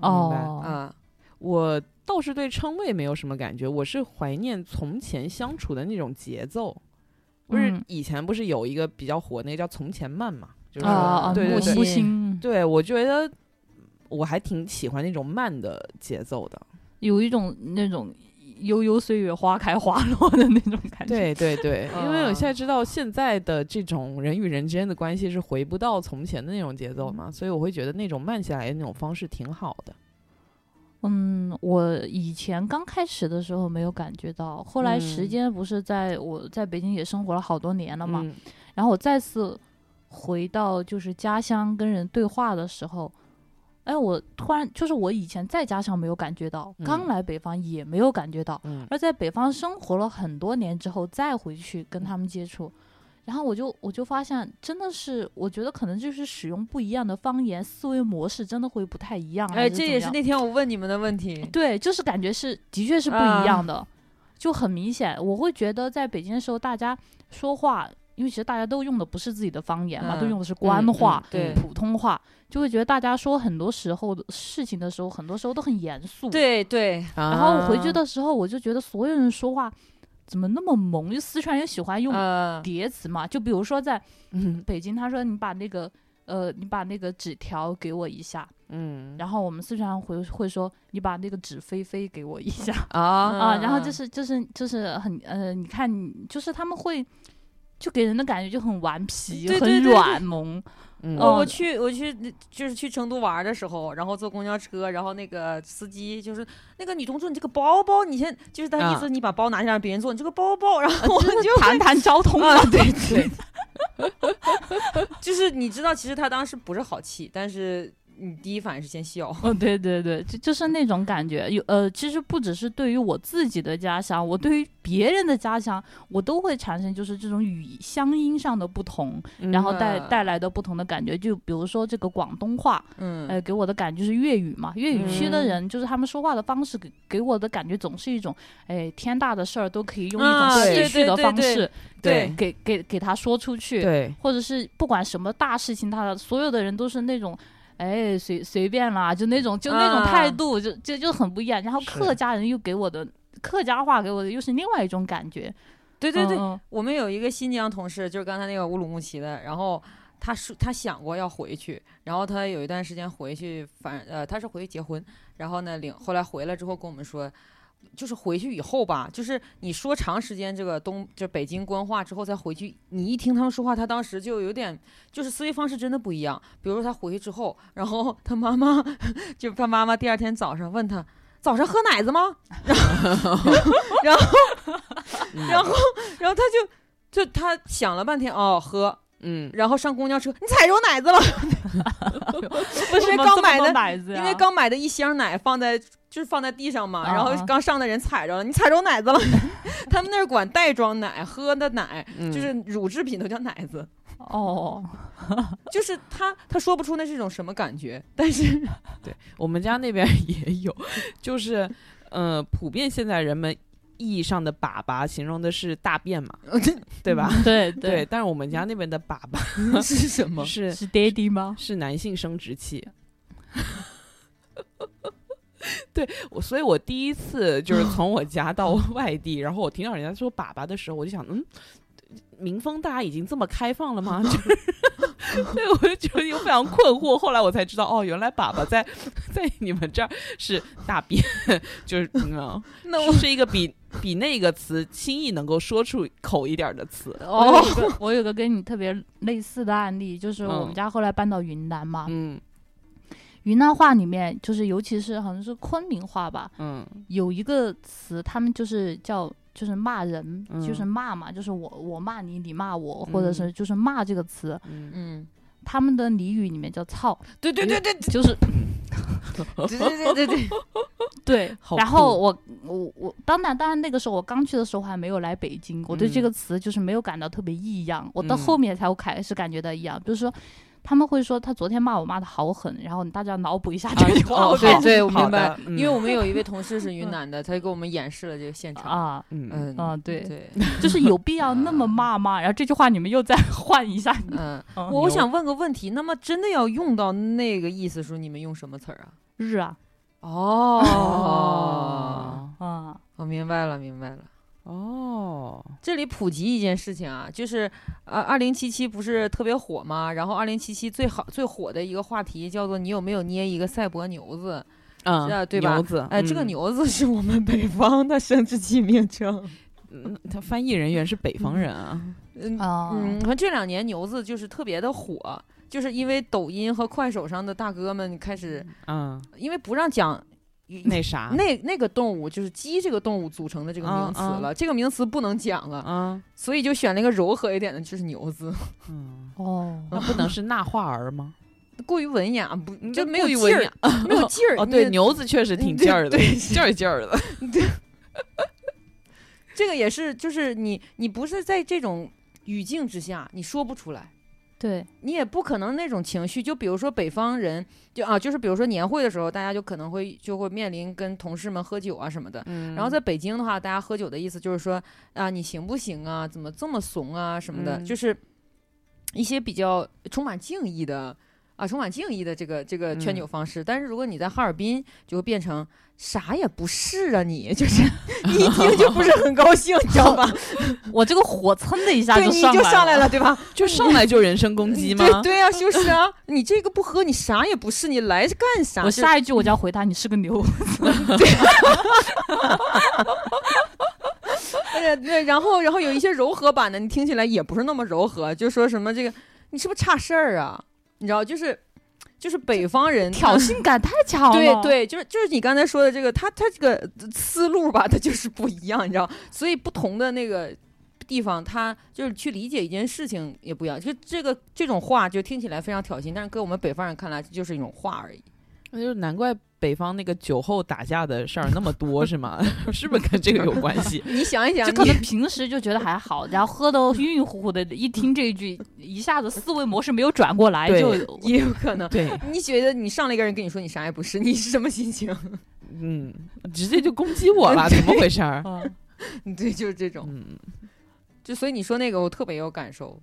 哦，啊，我倒是对称谓没有什么感觉，我是怀念从前相处的那种节奏。不是嗯以前不是有一个比较火那个叫《从前慢》嘛，就是、啊啊，对对木对木心对我觉得我还挺喜欢那种慢的节奏的。有一种那种悠悠岁月花开花落的那种感觉。对对 [laughs] 对，因嗯为我现在啊知道现在的这种人与人之间的关系是回不到从前的那种节奏嘛，所以我会觉得那种慢下来的那种方式挺好的。嗯，我以前刚开始的时候没有感觉到，后来时嗯间不是在我在北京也生活了好多年了嘛，嗯然后我再次回到就是家乡跟人对话的时候，哎，我突然就是我以前在家乡没有感觉到，嗯刚来北方也没有感觉到，嗯而在北方生活了很多年之后再回去跟他们接触，然后我就我就发现真的是，我觉得可能就是使用不一样的方言，思维模式真的会不太一样。还哎，这怎也么是样那天我问你们的问题。对，就是感觉是的确是不啊一样的，就很明显。我会觉得在北京的时候，大家说话，因为其实大家都用的不是自己的方言嘛，都嗯用的是官话、对普通话，就会觉得大家说很多时候的事情的时候，很多时候都很严肃。，对啊对，然后我回去的时候，我就觉得所有人说话怎么那么萌？因为四川人喜欢用呃，叠词嘛，就比如说在嗯北京，他说你把那个。呃，你把那个纸条给我一下，嗯然后我们四川人会会说你把那个纸飞飞给我一下，啊啊，然后就嗯是就是就是很呃，你看你，就是他们会就给人的感觉就很顽皮、对对对很对软萌，嗯 [laughs] 哦我我去我去就是去成都玩的时候，然后坐公交车，然后那个司机就是那个女同志，你这个包包，你先就是他意思，你把包拿下让别人坐，你这个包包，然后我就是就谈谈交通啊嗯嘛，对 [laughs] 对，就是你知道，其实他当时不是好气，但是你第一反应是先笑。嗯，对对对，就就是那种感觉。有呃，其实不只是对于我自己的家乡，我对于别人的家乡，我都会产生就是这种语乡音上的不同，然后带嗯带来的不同的感觉。就比如说这个广东话，嗯呃，给我的感觉就是粤语嘛，粤语区的嗯人就是他们说话的方式给给我的感觉总是一种，哎，天大的事儿都可以用一种啊戏对谑的对方对对式，对给给给他说出去，嗯对或者是不管什么大事情，他的所有的人都是那种。哎，随随便啦，就那种就那种态啊度，就就就很不一样。然后是客家人又给我的客家话给我的又是另外一种感觉。对对对，嗯我们有一个新疆同事，就是刚才那个乌鲁木齐的，然后他说他想过要回去，然后他有一段时间回去，反呃他是回去结婚，然后呢领后来回来之后跟我们说。就是回去以后吧，就是你说长时间这个东就北京官话之后再回去，你一听他们说话，他当时就有点就是思维方式真的不一样。比如说他回去之后，然后他妈妈 [laughs] 就他妈妈第二天早上问他早上喝奶子吗？然后 [laughs] 然后然后然后他就就他想了半天，哦，喝，嗯然后上公交车，你踩着我奶子 [laughs] 了，为因为什么刚这么买多的奶子啊呀因为刚买的一箱奶放在就是放在地上嘛，啊然啊后刚上的人踩着了，你踩着我奶子了， [laughs] 他们那儿管袋装奶，喝的奶嗯就是乳制品都叫奶子，哦，就是他他说不出那是一种什么感觉，但是 [laughs] 我们家那边 [laughs] 也有，就是呃，普遍现在人们意义上的粑粑形容的是大 [laughs] 便嘛，对吧？对对，，但是我们家那边的粑是什粑么？是是爹地吗？ [laughs] 是男性生殖器。对我，所以我第一次 [laughs] 就是从我家到外地，然后我听到人家说粑粑的时候，我就想，嗯，民风大家已经这么开放了吗？ [laughs] 就是，对，我就觉得又非常困惑。后来我才知道，哦，原来粑粑在 [laughs] 在你们这儿是大便，就是 [laughs] 嗯，那是是一个比比那个词轻易能够说出口一点的词。我有哦，一个，我有个跟你特别类似的案例，就是我们嗯家后来搬到云南嘛，嗯云南话里面就是，尤其是好像是昆明话吧，嗯有一个词，他们就是叫就是骂人，嗯就是骂嘛，就是我我骂你，你骂我，或者是就是骂这个词，嗯，嗯，他们的俚语里面叫操，对对对对对就是对对对对， [laughs] 对 [laughs] 好然后酷我我我，当然当然那个时候我刚去的时候还没有来北京，我对这嗯个词就是没有感到特别异样，我到嗯后面才会开始感觉到异样，比如说。他们会说他昨天骂我骂的好狠，然后你大家脑补一 [laughs] 啊下这句话，哦 [laughs] 我好感对觉对，我好明白的，嗯因为我们有一位同事是云南的，他就给我们演示了这个现场。啊，嗯嗯嗯啊对 [laughs] 对，就是有必要那么骂吗？然后这句话你们又再 [laughs] 换一下，嗯，哦啊嗯我我想问个问题，那么真的要用到那个意思时候，你们用什么词儿啊？日啊 [laughs] 哦，啊，我明白了，明白了。哦，这里普及一件事情啊，就是呃，二零七七不是特别火吗？然后二零七七最好最火的一个话题叫做“你有没有捏一个赛博牛子嗯啊对吧牛子”？，哎，这个嗯，牛子是我们北方的生殖器名称。嗯他翻译人员是北方人啊，嗯啊嗯，可这两年牛子就是特别的火，就是因为抖音和快手上的大哥们开始， [laughs] 嗯，因为不让讲那啥，那那个动物就是鸡这个动物组成的这个名词嗯嗯了，这个名词不能讲了，啊，所以就选了一个柔和一点的，就是牛字，嗯，哦，那不能是那话儿 [laughs] 吗？过于文雅，不嗯就那没有过于文劲儿雅，没有劲儿。哦，对，你牛子确实挺劲 [laughs] 儿的，劲儿劲儿的。这个也是，就是你你不是在这种语境之下，你说不出来。对，你也不可能那种情绪，就比如说北方人，就啊，就是比如说年会的时候，大家就可能会就会面临跟同事们喝酒啊什么的，嗯然后在北京的话，大家喝酒的意思就是说啊，你行不行啊？怎么这么怂啊？什么的，嗯就是一些比较充满敬意的啊，充满敬意的这个这个劝酒方式。但是如果你在哈尔滨，就会变成啥也不是啊你， [laughs] 就是你一听就不是很高兴，你知道吧？我这个火蹭的一下对，你上就来上来了，对吧？就上来就人身攻击吗？ [laughs] 对对啊，就是啊，你这个不喝，你啥也不是，你来干啥？我就下一句我就要回他，你是个 [laughs] 牛。 [laughs] 对对，然后然后有一些柔和版的，你听起来也不是那么柔和，就说什么这个你是不是差事儿啊？你知道，就是就是北方人他挑。衅感太强了。对，对，就是就是你刚才说的这个，他他这个思路吧，他就是不一样，你知道，所以不同的那个地方，他就是去理解一件事情也不一样。就这个这种话，就听起来非常挑衅，但是搁我们北方人看来，这就是一种话而已。那就难怪北方那个酒后打架的事儿那么多，是吗？ [laughs] 是不是跟这个有关系？你想一想，就可你能平时就觉得还好，然后喝的晕晕乎乎的，一听这一句，一下子思维模式没有转过来，对就也有可 [laughs] 能，对，你觉得你上来一个人跟你说你啥也不是，你是什么心情？ [laughs] 嗯，直接就攻击我 [laughs] 了，怎么回事儿？哦嗯对，就是这种。嗯，就所以你说那个，我特别有感受。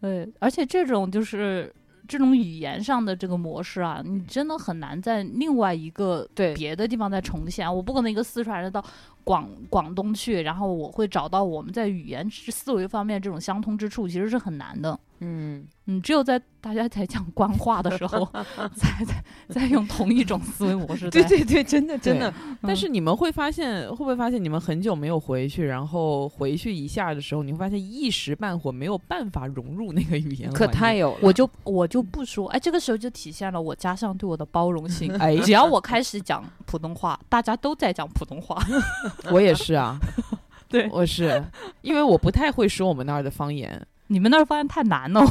对，而且这种就是这种语言上的这个模式啊，你真的很难在另外一个对别的地方再重啊现。我不可能一个四川人到广广东去，然后我会找到我们在语言之思维方面这种相通之处，其实是很难的。 [laughs] 嗯，嗯，只有在大家在讲官话的时候， [laughs] 才才才用同一种思维模式在。嗯对对对，真的真的，但是你们会发现，会不会发现你们很久没有回去，然后回去一下的时候，你会发现一时半会没有办法融入那个语言环境，。可太有了。 [laughs] 我就我就不说，哎，这个时候就体现了我家乡对我的包容性哎，只要我开始讲普通话，大家都在讲普通话。 [laughs] 我也是 [laughs] 啊，对我是因为我不太会说我们那儿的方言，你们那儿方言太难了，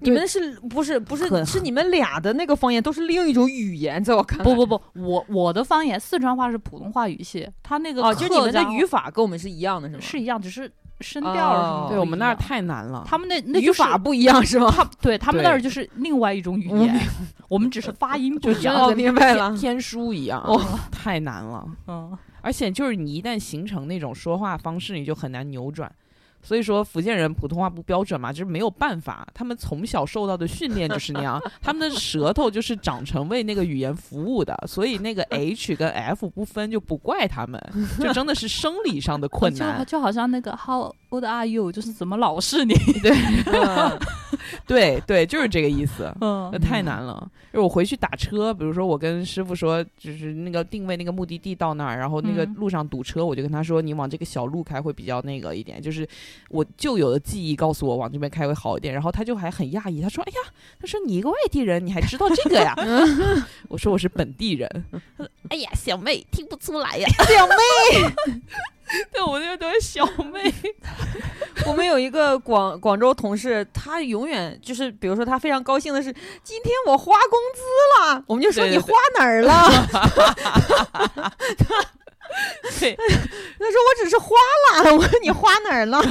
你们是不是不是可是你们俩的那个方言都是另一种语言，在我看来。不不不，我我的方言四川话是普通话语系，他那个哦，就你客们的家话语法跟我们是一样的，是吗？是一样，只是声调儿什么哦的对不我一们那儿样太难了。他们那那语就是法不一样是吗？ [laughs] 他对他们那对儿就是另外一种语我言，我们只是发音不一真的样。哦，在明白天了。天书一样， [laughs] 哦太难了。嗯，而且就是你一旦形成那种说话方式，你就很难扭转。所以说福建人普通话不标准嘛，就是没有办法，他们从小受到的训练就是那样，他们的舌头就是长成为那个语言服务的，所以那个 H 跟 F 不分就不怪他们，就真的是生理上的困就好难。就好像那个 How old are you？就是怎么老是你？嗯对对，就是这个意思。嗯那太难了。就是我回去打车，比如说我跟师傅说，就是那个定位那个目的地到那儿，然后那个嗯路上堵车，我就跟他说，你往这个小路开会比较那个一点。就是我旧有的记忆告诉我往这边开会好一点，然后他就还很讶异，他说：“哎呀，他说你一个外地人，你还知道这个呀？” [laughs] [laughs] 我说我是本地人。他说：“哎呀，小妹听不出来呀，小妹。”对，我那边都是小妹，我们有一个广广州同事，他永远就是，比如说他非常高兴的是，今天我花工资了，我们就说对你对对花哪儿了？ [laughs] 对，他说我只是花了，我说你花哪儿了？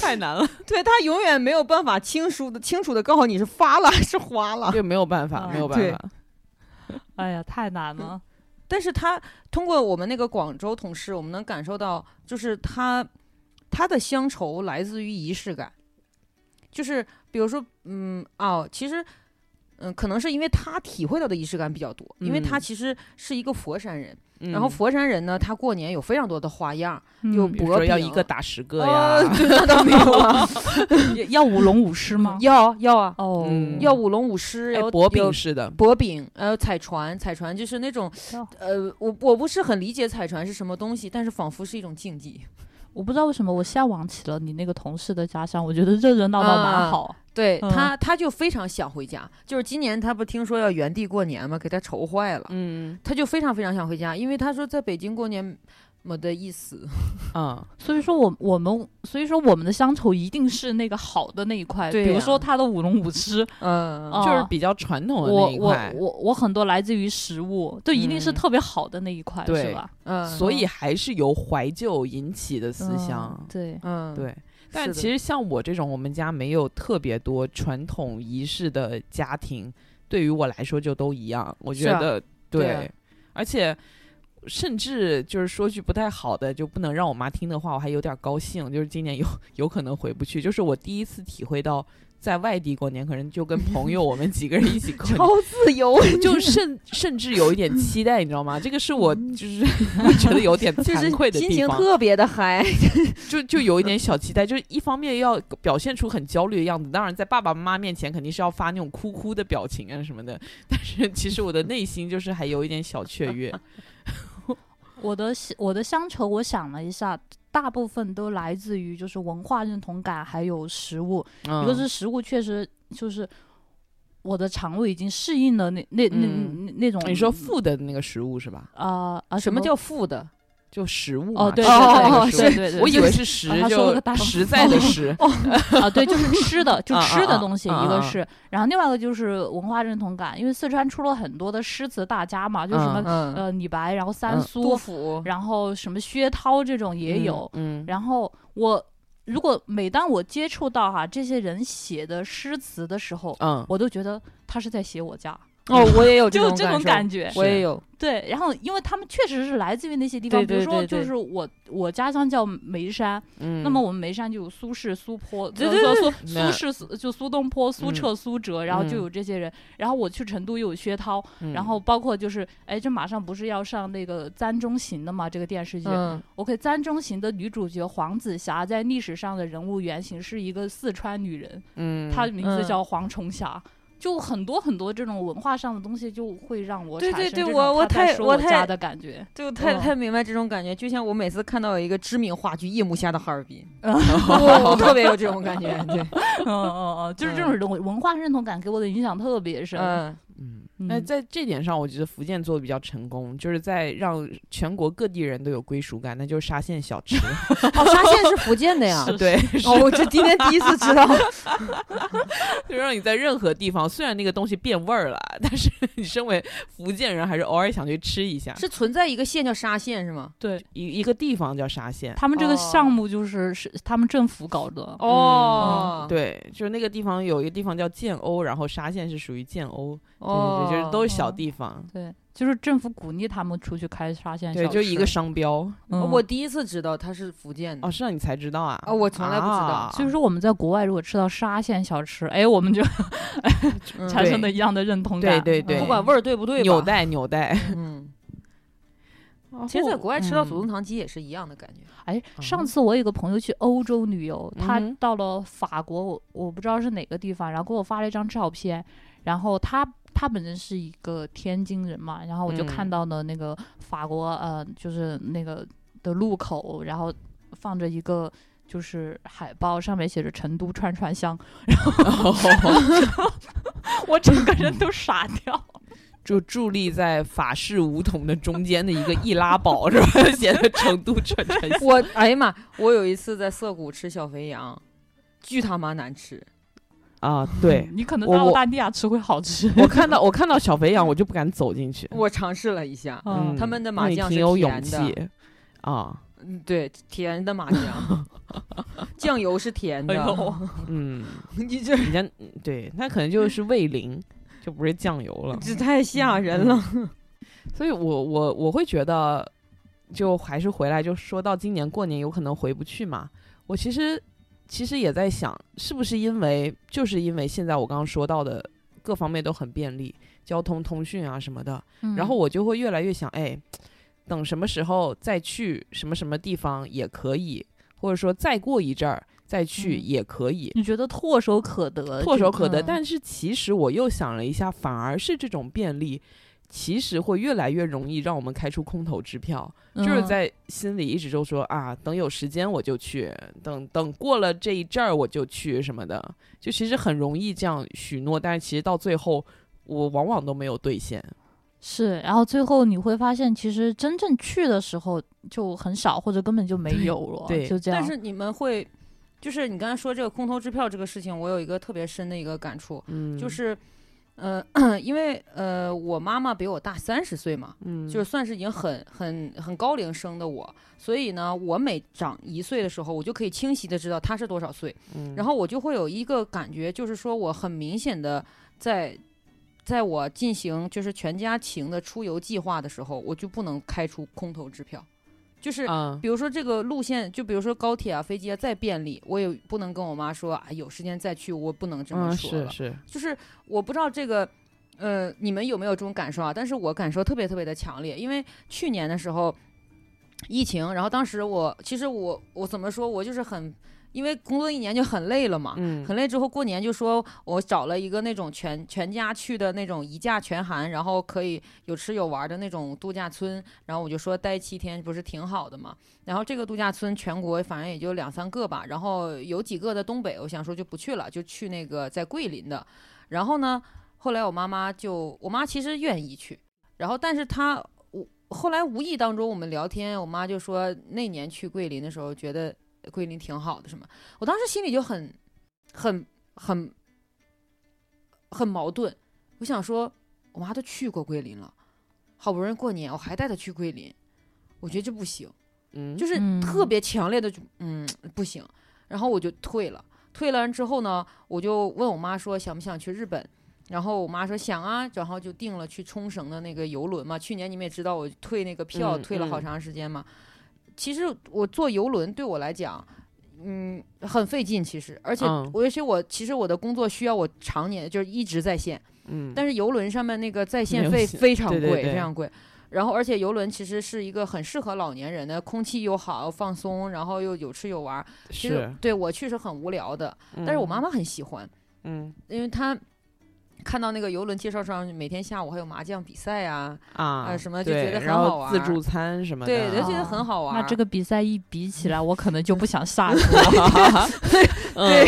太难了， [laughs] 对他永远没有办法清楚的清楚的告诉你是发了还是花了。这没有办法，嗯没有办啊对法。哎呀，太难了。但是他通过我们那个广州同事，我们能感受到，就是他他的乡愁来自于仪式感，就是比如说，嗯，哦，其实，嗯，可能是因为他体会到的仪式感比较多，因为他嗯其实是一个佛山人，嗯然后佛山人呢，他过年有非常多的花样儿，有嗯比如薄说要饼一个打十个啊呀，对 [laughs] 那倒没有 [laughs] 啊，要要舞龙舞狮 [laughs] 吗？要要啊，哦，嗯要舞龙舞狮，哎有薄有饼似的，薄饼，呃，彩船，彩船就是那种哦，呃，我我不是很理解彩船是什么东西，但是仿佛是一种竞技。我不知道为什么我向往起了你那个同事的家乡，我觉得热热闹闹蛮好。对、嗯他，他就非常想回家。就是今年他不听说要原地过年吗？给他愁坏了，嗯他就非常非常想回家，因为他说在北京过年没得意思。啊，所以说我我们所以说我们的乡愁一定是那个好的那一块，对呀比如说他的舞龙舞狮，嗯、哦就是比较传统的那我一我块，我我很多来自于食物，就一定是嗯特别好的那一块，对是吧？嗯，所以还是由怀旧引起的思嗯乡。对，嗯，对，但是的其实像我这种，我们家没有特别多传统仪式的家庭，对于我来说就都一样。我觉是啊得、对啊而且甚至就是说句不太好的，就不能让我妈听的话，我还有点高兴，就是今年有有可能回不去，就是我第一次体会到。在外地过年，可能就跟朋友我们几个人一起过年，超自由， [laughs] 就甚甚至有一点期待，你知道吗？这个是我嗯就是 [laughs] 我觉得有点 [laughs] 就是惭愧的地心方，嗯情特别的嗨。就就有一点小期待，就是一方面要表现出很焦虑的样子，当然在爸爸妈妈面前肯定是要发那种哭哭的表情啊什么的，但是其实我的内心就是还有一点小雀跃。我的乡我的乡愁，我想了一下，大部分都来自于就是文化认同感，还有食物。嗯 [laughs] 一个是食物确实就是我的肠胃已经适应了那那那嗯那那种你说负的那个食物是吧？啊啊什么叫负的？就食物嘛哦对吃的那对对个食物对对对，啊我以为就是实啊他说了个大哦就实在的实，啊对，就是吃的，就啊啊吃的啊东西啊一个啊是，然后另外一个就是文化认同感，因为四川出了很多的诗词大家嘛，就什么嗯，呃李白，然后嗯三杜苏，甫，然后什么薛涛这种也有，嗯，然后我如果每当我接触到哈、这些人写的诗词的时候，嗯我都觉得他是在写我家，哦，我也有就这这种受感觉。我也有，对，然后因为他们确实是来自于那些地方，对对比如说对就对是我我家乡叫眉山，嗯，那么我们眉山就有苏轼、苏坡，对就是对说那苏苏轼、就苏东坡、苏嗯辙、苏辙，然后就嗯有这些人。然后我去成都又有薛涛，嗯然后包括就是哎，这马上不是要上那个《簪中行》的嘛，这个电视剧。嗯， OK，《簪中行》的女主角黄子霞在历史上的人物原型是一个四川女人，嗯，她的名字嗯叫黄崇霞。就很多很多这种文化上的东西，就会让我对产对生对这种我我她在太说我我太家的感 [laughs] 觉。就太嗯太明白这种感觉，就像我每次看到有一个知名话剧《夜幕下的哈尔滨》 [laughs] 嗯我，我特别有这种感 [laughs] 觉。对，嗯嗯嗯，就是这种文文化认同感给我的影响特别深。嗯，嗯，那嗯在这点上，我觉得福建做的比较成功，就是在让全国各地人都有归属感，那就是沙县小 [laughs] 吃。哦，沙县是福建的呀。 [laughs] 对，哦，我这今天第一次知道。就让你在任何地方，虽然那个东西变味儿了，但是你身为福建人，还是偶尔想去吃一下。 [laughs] 是存在一个县叫沙县是吗？对一一个地方叫沙县，他们这个哦项目就是是他们政府搞的。哦，，对，就是那个地方有一个地方叫建瓯，然后沙县是属于建瓯，哦，嗯对，就是都是小哦地方，对，就是政府鼓励他们出去开沙县对，小就一个吃商标。嗯我第一次知道它是福建的哦，。是让你才知道啊？哦我从来不知道啊所以说我们在国外如果吃到沙县小吃，哎，我们就嗯产生对了一样的认同对感。对对嗯不管味儿对不对吧。纽带纽带。嗯，其实在国外吃到嗯祖宗糖鸡也是一样的 [laughs] 感觉。哎，上嗯次我有一个朋友去欧洲旅游，他嗯哼到了法国，我我不知道是哪个地方，然后给我发了一张照片，然后他。他本身是一个天津人嘛，然后我就嗯看到了那个法国、呃，就是那个的路口，然后放着一个就是海报，上面写着“成都串 [laughs] 嗯 [laughs] 串香”，然后我整个人都傻掉。就伫立在法式梧桐的中间的一个易拉宝，是吧？ [laughs] 写的成都晨晨曦，我哎呀妈！我有一次在涩谷吃小肥羊，巨他妈难吃。啊， [laughs] [laughs] 对嗯。你可能我到我澳大利亚吃会好吃。我看到我看到小肥羊，我就不敢走进去。我尝试了一 [laughs] 下，嗯嗯，他们的麻那你酱挺是有勇甜的气啊，嗯，对，甜的麻 [laughs] 酱，酱油是甜哎的。呦嗯， [laughs] 你这人家嗯对，那可能就是味淋，就不是酱油 [laughs] 了。这太吓人了。所以我我我会觉得，就还是回来就说到今年过年有可能回不去嘛。我其实其实也在想，是不是因为就是因为现在我刚刚说到的各方面都很便利，交通、通讯啊什么的，嗯然后我就会越来越想，哎，等什么时候再去什么什么地方也可以，或者说再过一阵儿再去嗯也可以。你觉得唾手可呃得，唾就手可得。嗯但是其实我又想了一下，反而是这种便利，其实会越来越容易让我们开出空头支票，就是嗯在心里一直就说啊，等有时间我就去，等等过了这一阵儿我就去什么的，就其实很容易这样许诺，但是其实到最后。我往往都没有兑现，是，然后最后你会发现，其实真正去的时候就很少，或者根本就没有了，对就这样。但是你们会，就是你刚才说这个空头支票这个事情，我有一个特别深的一个感触，嗯，就是，呃， [coughs] 因为呃，我妈妈比我大三十岁嘛，嗯，就是算是已经很很很高龄生的我，所以呢，我每长一岁的时候，我就可以清晰的知道她是多少岁，嗯，然后我就会有一个感觉，就是说我很明显的在。在我进行就是全家情的出游计划的时候，我就不能开出空头支票，就是啊，比如说这个路线，就比如说高铁啊、飞机啊再便利，我也不能跟我妈说啊，有时间再去，我不能这么嗯，说了。是是，就是啊我不知道这个，呃，你们有没有这种感受啊？但是我感受特别特别的强烈，因为去年的时候疫情，然后当时我其实我我怎么说，我就是很因为工作一年就很累了嘛，嗯，很累之后过年就说我找了一个那种全全家去的那种一价全含，然后可以有吃有玩的那种度假村，然后我就说待七天不是挺好的嘛。然后这个度假村全国反正也就两三个吧，然后有几个在东北，我想说就不去了，就去那个在桂林的。然后呢，后来我妈妈就我妈其实愿意去，然后但是她我后来无意当中我们聊天，我妈就说那年去桂林的时候觉得桂林挺好的什么，我当时心里就很。很很很矛盾。我想说，我妈都去过桂林了，好不容易过年，我还带她去桂林，我觉得这不行，嗯，就是嗯特别强烈的就，嗯，不行。然后我就退了，退了之后呢，我就问我妈说想不想去日本。然后我妈说想啊，然后就订了去冲绳的那个游轮嘛。去年你们也知道，我退那个票、嗯退了好嗯长时间嘛。其实我坐游轮对我来讲，嗯，很费劲。其实，而且嗯我而且我其实我的工作需要我常年就是一直在线，嗯，但是游轮上面那个在没线有费线非常对贵，对对非常贵。然后，而且游轮其实是一个很适合老年人的，空气又好，放松，然后又有吃有玩儿。其实是，嗯对我去是很无聊的，但是我妈妈，妈很喜欢，嗯因为她看到那个游轮介绍上，每天下午还有麻将比赛啊，啊呃什么就对觉得很然后好玩自儿助餐什么的，对，就啊觉得很好玩儿。那这个比赛一比起 [laughs] 来，我可能就不想下 [laughs] 去。对，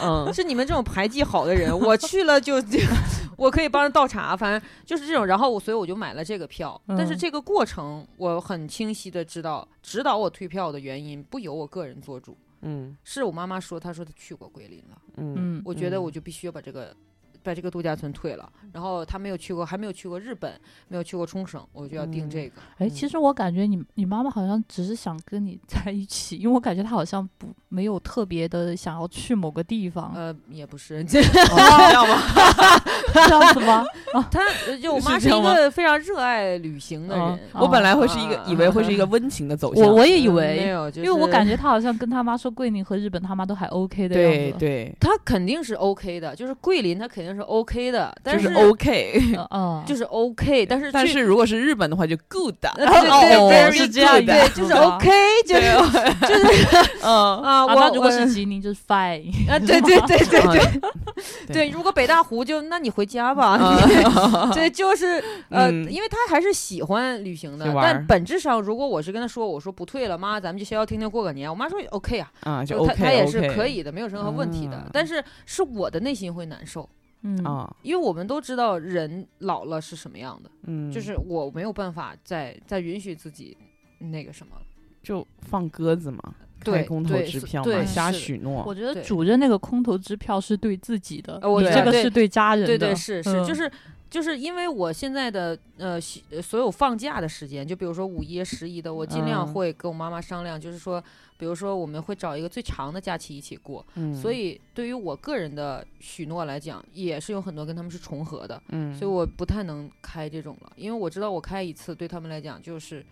嗯，是你们这种排技好的人，我去了就， [laughs] 我可以帮着倒茶，反正就是这种。然后我所以我就买了这个票，嗯但是这个过程我很清晰的知道，指导我退票的原因不由我个人做主，嗯是我妈妈说，她说她去过桂林了，嗯嗯，我觉得嗯我就必须要把这个。把这个度假村退了，然后她没有去过，还没有去过日本，没有去过冲绳，我就要订嗯这个。哎，其实我感觉你你妈妈好像只是想跟你在一起，因为我感觉她好像不没有特别的想要去某个地方，呃，也不是，嗯 [laughs] 这哦这样吧，这样子吗？她呃就我妈是是这样一吗个非常热爱旅行的人。啊我本来会是一哦个，以为会是一个温情的走向，我我也以嗯为没 [laughs] 有，就因为我是感觉她好像跟她妈说桂林和日本，她妈都还 OK 的对样子。对，他肯定是 OK 的，就是桂林他肯定是 OK 的，但就是是 OK，嗯嗯， [laughs] 就是 OK，但是但去是如果是日本的话就 good，啊呃 [laughs] 对对哦 very 是这样 good，的对， [laughs] 就是哦 OK，就是 [laughs] 嗯，啊，啊，我那如果我是吉林就是 fine。 [laughs] 啊，对对对 [laughs] 对对对对，，如果北大湖就那你回家 [laughs] 吧，啊对，就是呃，嗯因为他还是喜欢旅行的去，玩儿但本质上如果我是跟他说我说不退了，妈，咱们就消消停停过个年，我妈说 OK 啊，啊，就他 OK，他也是可以的，没有任何问题的嗯，但是是我的内心会难受，嗯啊，因为我们都知道人老了是什么样的，嗯，就是我没有办法再再允许自己那个什么了。就放鸽子嘛，对开空头对支是票嘛，对瞎是的许诺我，觉得对主任那个空头支票是对自己的，呃我你知这道个对是对家人的，对对是是，嗯就是就是因为我现在的呃西呃所有放假的时间，就比如说五一、十一的，我尽量嗯会跟我妈妈商量，就是说，比如说我们会找一个最长的假期一起过。嗯，所以对于我个人的许诺来讲，也是有很多跟他们是重合的，嗯，所以我不太能开这种了，因为我知道我开一次对他们来讲就是，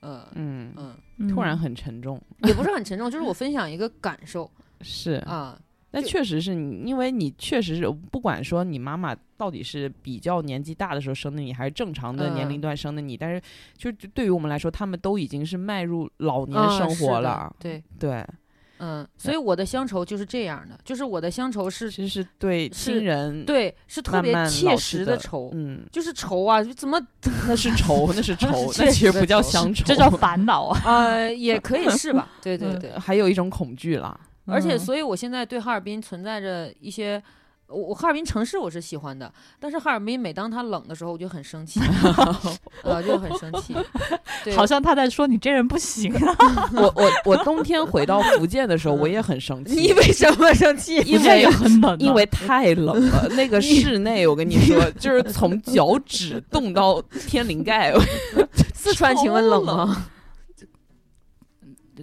呃嗯，嗯，嗯突然很沉重，也不是很沉重，就是我分享一个感受是啊，那就确实是你，因为你确实是不管说你妈妈到底是比较年纪大的时候生的你，还是正常的年龄嗯段生的你，但是就就对于我们来说，他们都已经是迈入老年啊生是活的了。对，对，嗯，所以我的乡愁就是这样的，就是我的乡愁是其实是对是亲人，，对，是特慢别慢切老实去的的愁，嗯，就是愁啊，就怎么那是愁，那 [laughs] 是愁，确那其实实不叫愁乡愁，这叫烦恼啊！呃也可以是吧？对对嗯对， [laughs] 还有一种恐惧啦。而且嗯所以我现在对哈尔滨存在着一些。我我哈尔滨城市我是喜欢的，但是哈尔滨每当它冷的时候，我就很生气，呃，就很生气。对，好像他在说你这人不行啊， [laughs] 我我我冬天回到福建的时候，我也很生气，你为什么生气？因福建为也很冷啊，因为太冷了，那个室内我跟你说，就是从脚趾冻到天灵盖。四川请问冷吗？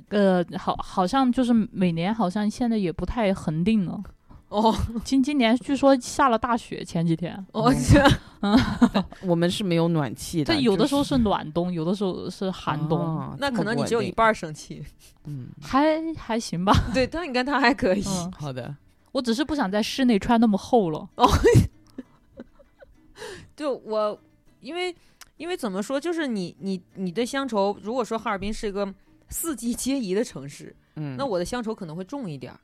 呃，好，好像就是每年好像现在也不太恒定了。哦今今年据说下了大雪，前几天，哦， [laughs] 这我们是没有暖气的，这有的时候就是暖冬，有的时候是寒冬，啊那这么可能不你稳只有一定半儿生气。嗯，还还行吧。对，但你看他还可以。嗯，好的，我只是不想在室内穿那么厚了。就我，因为因为怎么说，就是你你你的乡愁，如果说哈尔滨是一个四季皆宜的城市，嗯，那我的乡愁可能会重一点儿。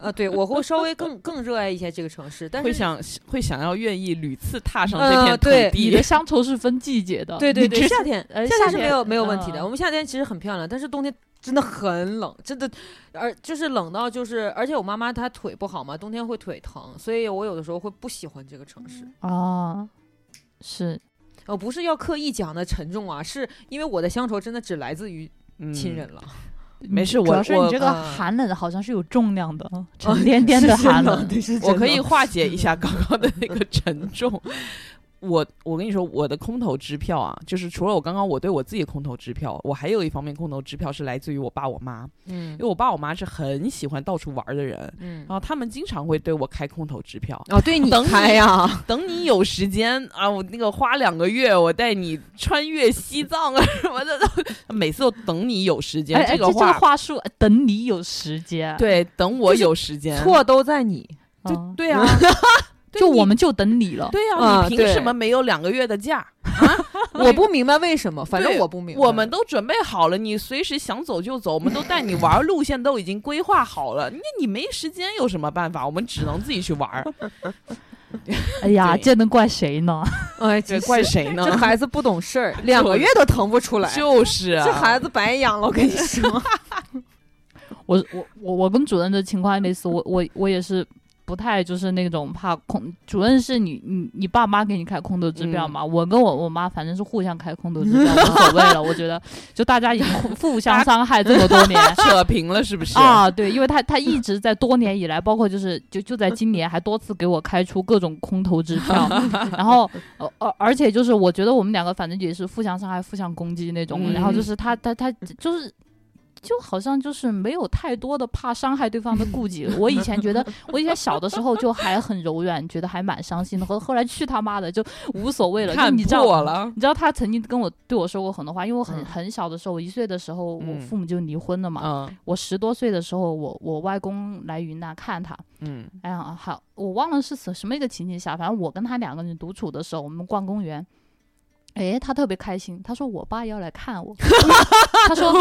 啊，对我会稍微更更热爱一些这个城市，但会是想会想要愿意屡次踏上呃这对片土你的地。乡愁是分季节的，对对你对，只夏天呃夏夏是没天有没有问题的。嗯我们夏天其实很漂亮，但是冬天真的很冷，真的，而就是冷到就是，而且我妈妈她腿不好嘛，冬天会腿疼，所以我有的时候会不喜欢这个城市。啊，是呃，不是要刻意讲的沉重啊，是因为我的乡愁真的只来自于嗯亲人了。没事主我要是你我这个呃寒冷好像是有重量的，沉甸 [laughs] 甸的寒冷。嗯，我可以化解一下刚刚的那个沉重。我我跟你说，我的空头支票啊，就是除了我刚刚我对我自己空头支票，我还有一方面空头支票是来自于我爸我妈，嗯因为我爸我妈是很喜欢到处玩儿的人，嗯然，后他们经常会对我开空头支票，哦，对你等你开呀、 [laughs] 等你有时间啊，我那个花两个月，我带你穿越西藏啊什么的，都 [laughs] 每次都等你有时间。哎哎，这个这个话，话术，等你有时间。对，等我有时间。错都在你。啊，就对 [laughs] 啊，对就你我们就等你了。对呀、啊你凭对什么没有两个月的假？我不明白为什么，反正对我嗯不明白。我们都准备好了，你随时想走就走，我们都带你玩儿，路线都已经规划好了。那 [laughs] 你没时间有什么办法？我们只能自己去玩 [laughs] 儿。哎呀，对这能怪谁呢？ [laughs] 哎，这真是怪谁呢这？孩子不懂 [laughs] 事儿，两个月都腾不出来，就是啊这孩子白养了。我跟你 [laughs] 说，我我我我跟主任的情况也类似，我我我也是不太就是那种怕空。主任是你你你爸妈给你开空头支嗯票嘛？我跟我我妈反正是互相开空头支票，无所谓了。我觉得就大家已经 [laughs] 互互相伤害这么多年，扯平了是不是？啊，对，因为他他一直在多年以来，包括就是就就在今年，还多次给我开出各种空头支 [laughs] 票，然后呃而而且就是我觉得我们两个反正也是互相伤害、互相攻击那种，然后就嗯是他他他就是。就好像就是没有太多的怕伤害对方的顾忌。我以前觉得，我以前小的时候就还很柔软，觉得还蛮伤心的。后后来去他妈的就无所谓了，就看你知道破了。你知道他曾经跟我对我说过很多话，因为我很、嗯很小的时候，我一岁的时候，我嗯父母就离婚了嘛。嗯我十多岁的时候，我我外公来云南看他，嗯哎呀，好，我忘了是什什么一个情景下，反正我跟他两个人独处的时候，我们逛公园，哎，他特别开心，他说我爸要来看我， [laughs] 他 [laughs] 说，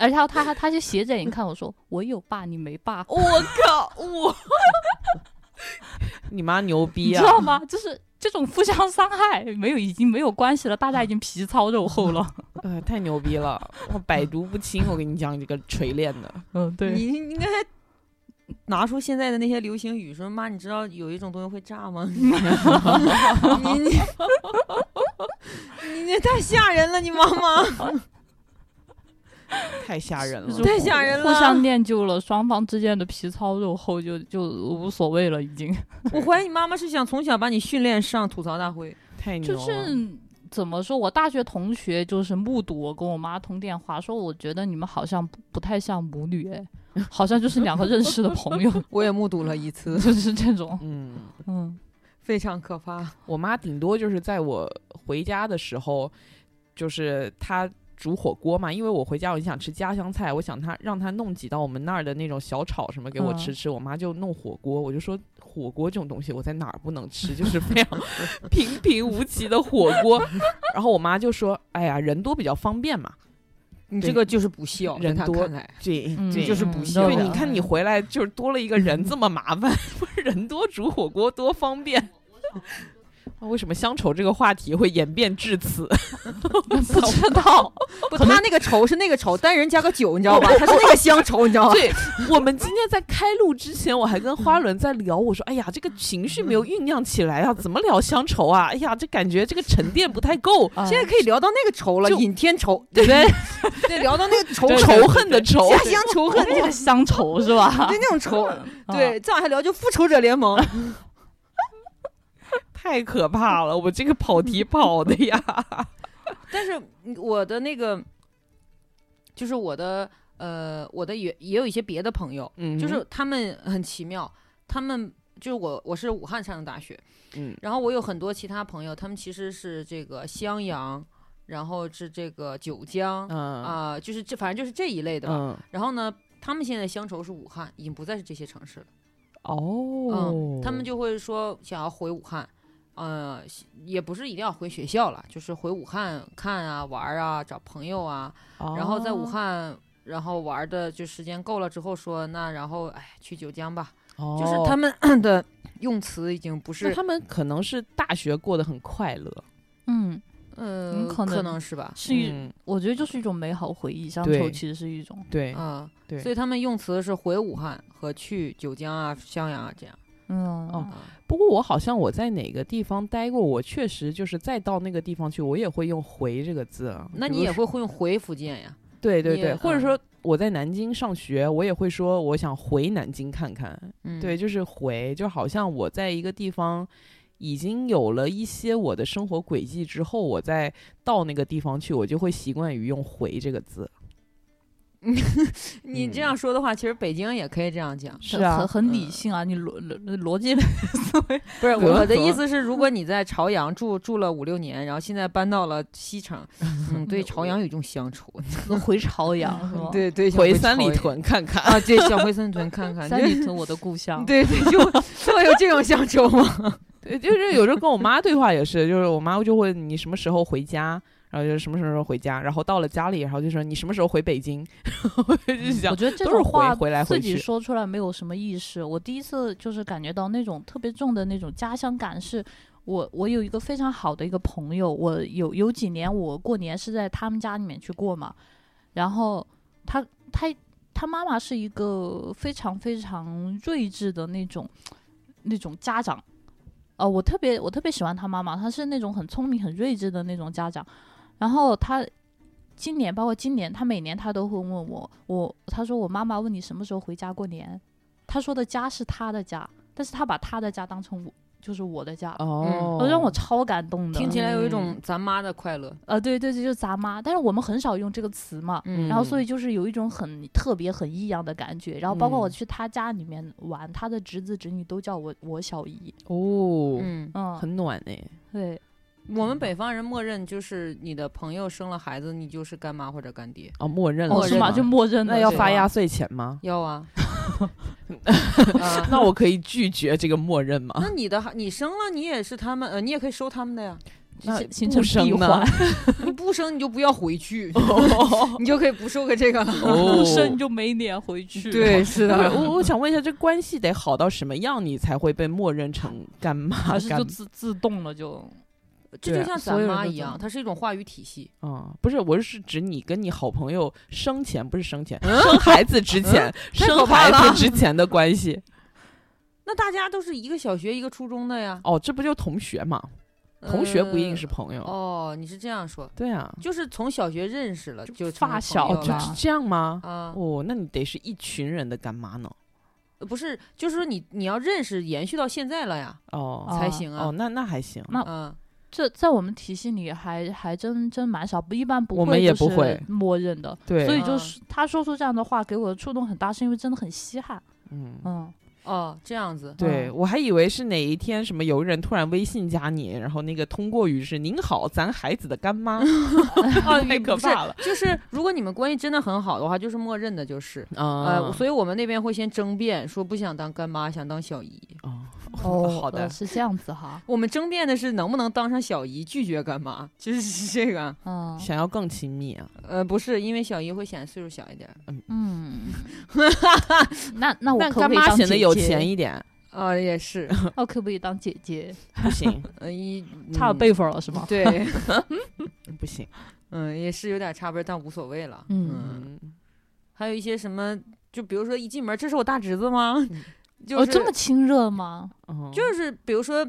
而且他还他就斜着眼看我说我有爸你没 [laughs] 爸，我靠，我你妈牛你逼知啊！ [laughs] 道吗？就是这种互相伤害没有已经没有关系了，大家已经皮糙肉厚 [laughs] 了，呃，太牛逼了，我百毒不侵。我跟你讲，这个锤炼的，嗯，你应该拿出现在的那些流行语说：“妈，你知道有一种东西会炸吗？”你你你这太吓人了，你妈妈太吓人了，就是太吓人互相了。念旧了，双方之间的皮糙肉厚就就无所谓了，已经。我怀疑你妈妈是想从小把你训练上吐槽大会。太牛啊就了。是怎么说，我大学同学就是目睹我跟我妈通电话，说我觉得你们好像不不太像母女，哎，好像就是两个认识的朋友， [laughs] 我也目睹了一次， [laughs] 就是这种，嗯，嗯，非常可怕。我妈顶多就是在我回家的时候，就是她煮火锅嘛，因为我回家我就想吃家乡菜，我想她让她弄几道我们那儿的那种小炒什么给我吃嗯吃，我妈就弄火锅，我就说火锅这种东西我在哪儿不能吃，就是非 [laughs] 常平平无奇的火锅， [laughs] 然后我妈就说，哎呀，人多比较方便嘛，你对这个就是不孝，人在她多看来这嗯这就是不嗯孝对，的你看你回来就是多了一个人，这么麻 [laughs] 烦，不是人多煮火锅多方 [laughs] 便。啊为什么乡愁这个话题会演变至 [laughs] 此？ [laughs] 不知道，不，可能他那个仇是那个仇，单人加个九，你知道吧？他是那个乡愁，你知道吧？ [laughs] 对我们今天在开录之前，我还跟花轮在聊，我说：“哎呀，这个情绪没有酝酿起来啊，怎么聊乡愁啊？哎呀，这感觉这个沉淀不太 [laughs] 够， [laughs] 哎现在可以聊到那个仇了，就尹天仇，对不对？ [laughs] 对，聊到那个仇仇仇仇恨的仇， [laughs] 家乡仇恨，这个乡愁是 [laughs] 吧？对那种仇，啊 [laughs] 对，再往下聊就复仇者联盟，太可怕了！我这个跑题 [laughs] 跑的呀，但是嗯我的那个，就是我的呃，我的也也有一些别的朋友，嗯就是他们很奇妙，他们就是我我是武汉上的大学，嗯然后我有很多其他朋友，他们其实是这个襄阳，然后是这个九江啊、嗯就是这反正就是这一类的吧。嗯然后呢，他们现在乡愁是武汉，已经不再是这些城市了。哦嗯，，他们就会说想要回武汉，呃，也不是一定要回学校了，就是回武汉看啊、玩儿啊、找朋友啊，然后在武汉。汉，然后玩儿的就时间够了之后说，那然后哎去九江吧，就就是他们 [clears throat] 的用词已经不哦那是，他们可能是大学过得很快乐，嗯，嗯，嗯可能能是吧，是一，嗯、我觉得就是一种美好回忆，乡愁对其实是一种，对、嗯，对所以他们用词是回武汉和去九江啊、襄阳啊这样，嗯，哦啊不过我好像我在哪个地方待过，我确实就是再到那个地方去，我也会用“回”这个字啊。那比你如也说会会用回福建呀？对对你对，也或者嗯说我在南京上学，我也会说我想回南京看看。嗯，对，，就是回，就好像我在一个地方。已经有了一些我的生活轨迹之后，我再到那个地方去，我就会习惯于用“回”这个字。你嗯这样说的话，其实北京也可以这样讲。是啊很很嗯理性啊，你逻逻逻辑 [laughs] [laughs] 不是隔我阂的意思是，如果你在朝阳住住了五六年，然后现在搬到了 [laughs] 西城，嗯，对朝阳有一种乡愁，回朝阳是吗？对对，想回三里朝阳屯看看，啊，对，想回三里屯看 [laughs] 看，三对里屯我的故乡，对对，就会有这种乡愁吗？ [laughs] 对，就是有时候跟我妈对话也是，就是我妈就会你什么时候回家，然后就是什么什么时候回家，然后到了家里，然后就说你什么时候回北京， [laughs] 我就嗯想我觉得这都是种回话回来回自己去，说出来没有什么意识。我第一次就是感觉到那种特别重的那种家乡感是。我我有一个非常好的一个朋友，我有有几年我过年是在他们家里面去过嘛，然后他他他妈妈是一个非常非常睿智的那种那种家长，呃，我特别我特别喜欢他妈妈，她是那种很聪明很睿智的那种家长，然后她今年，包括今年，他每年他都会问我，我他说我妈妈问你什么时候回家过年，他说的家是他的家，但是他把他的家当成我就是我的家，哦，让嗯我超感动的。 [laughs] 听起来有一种咱妈的快乐，呃，对对对，就是咱妈，但是我们很少用这个词嘛，嗯，然后所嗯以就是有一种很特别、很异样的感觉。然后包括我嗯去他家里面玩，他的侄子侄女都叫我我小姨，哦，嗯，嗯，很暖哎、对，我们北方人默认就是你的朋友生了孩子，你就是干妈或者干爹，哦，默认了、哦默是认吗？了就默认那了要是发吧压岁钱吗？要啊，啊 [laughs] 那我可以拒绝这个默认吗？ [laughs] 那你的孩你生了，你也是他们，呃，你也可以收他们 [laughs] 的呀。那形形不成闭生 [laughs] 呢环？，你不生你就不要回去， [laughs] 你就可以不受个这个了。哦不哦生就没脸回去。[laughs] 对，是 [laughs] 对的，我我想问一下，这关系得好到什么样，你才会被默认成干妈还是干就自自动了就，这对就像所有咱人妈都一这样，么它是一种话语体系。啊、不是，我是指你跟你好朋友生前不是生前，生孩子之前，嗯太生可怕孩了子之前的关系。那大家都是一个小学一个初中的呀，哦，这不就同学嘛？同学不一定呃是朋友。哦，你是这样说，对啊，就是从小学认识了就发成为朋小友哦，了就是这样吗？啊，哦，那你得是一群人的干妈呢。不是，就是说你你要认识延续到现在了呀哦啊才行啊哦，。那那还行。那嗯， [laughs] 这在我们体系里还还真真蛮少，不一般不会，我们也不会默认的。对，所以啊就是他说出这样的话，给我的触动很大，是因为真的很稀罕。嗯， [laughs] 嗯，哦，这样子，对嗯我还以为是哪一天什么有人突然微信加你，然后那个通过语是“您好，咱孩子的干 [laughs] 妈”，太可怕了。哦就是如果你们关系真的很好的话，就是默认的就是。呃，啊所以我们那边会先争辩，说不想当干妈，想当小姨。哦，哦，好的呃，是这样子 [laughs] 哈。我们争辩的是能不能当上小姨，拒绝干妈，就是是 [laughs] 这个。嗯想要更亲密啊。呃，不是，因为小姨会显得岁数小一点儿。 [laughs] 嗯，那那我但可干不可以妈当显得姐有钱姐？一点，啊、也是，我可不可以当姐姐？不行 [laughs] 呃，一差嗯辈分了是吗？对，不行。嗯，也是有点差辈儿，但无所谓了。嗯嗯，还有一些什么，就比如说一进门，这是我大侄子吗？ [laughs] 就哦，是、这么亲热吗？哦就是比如说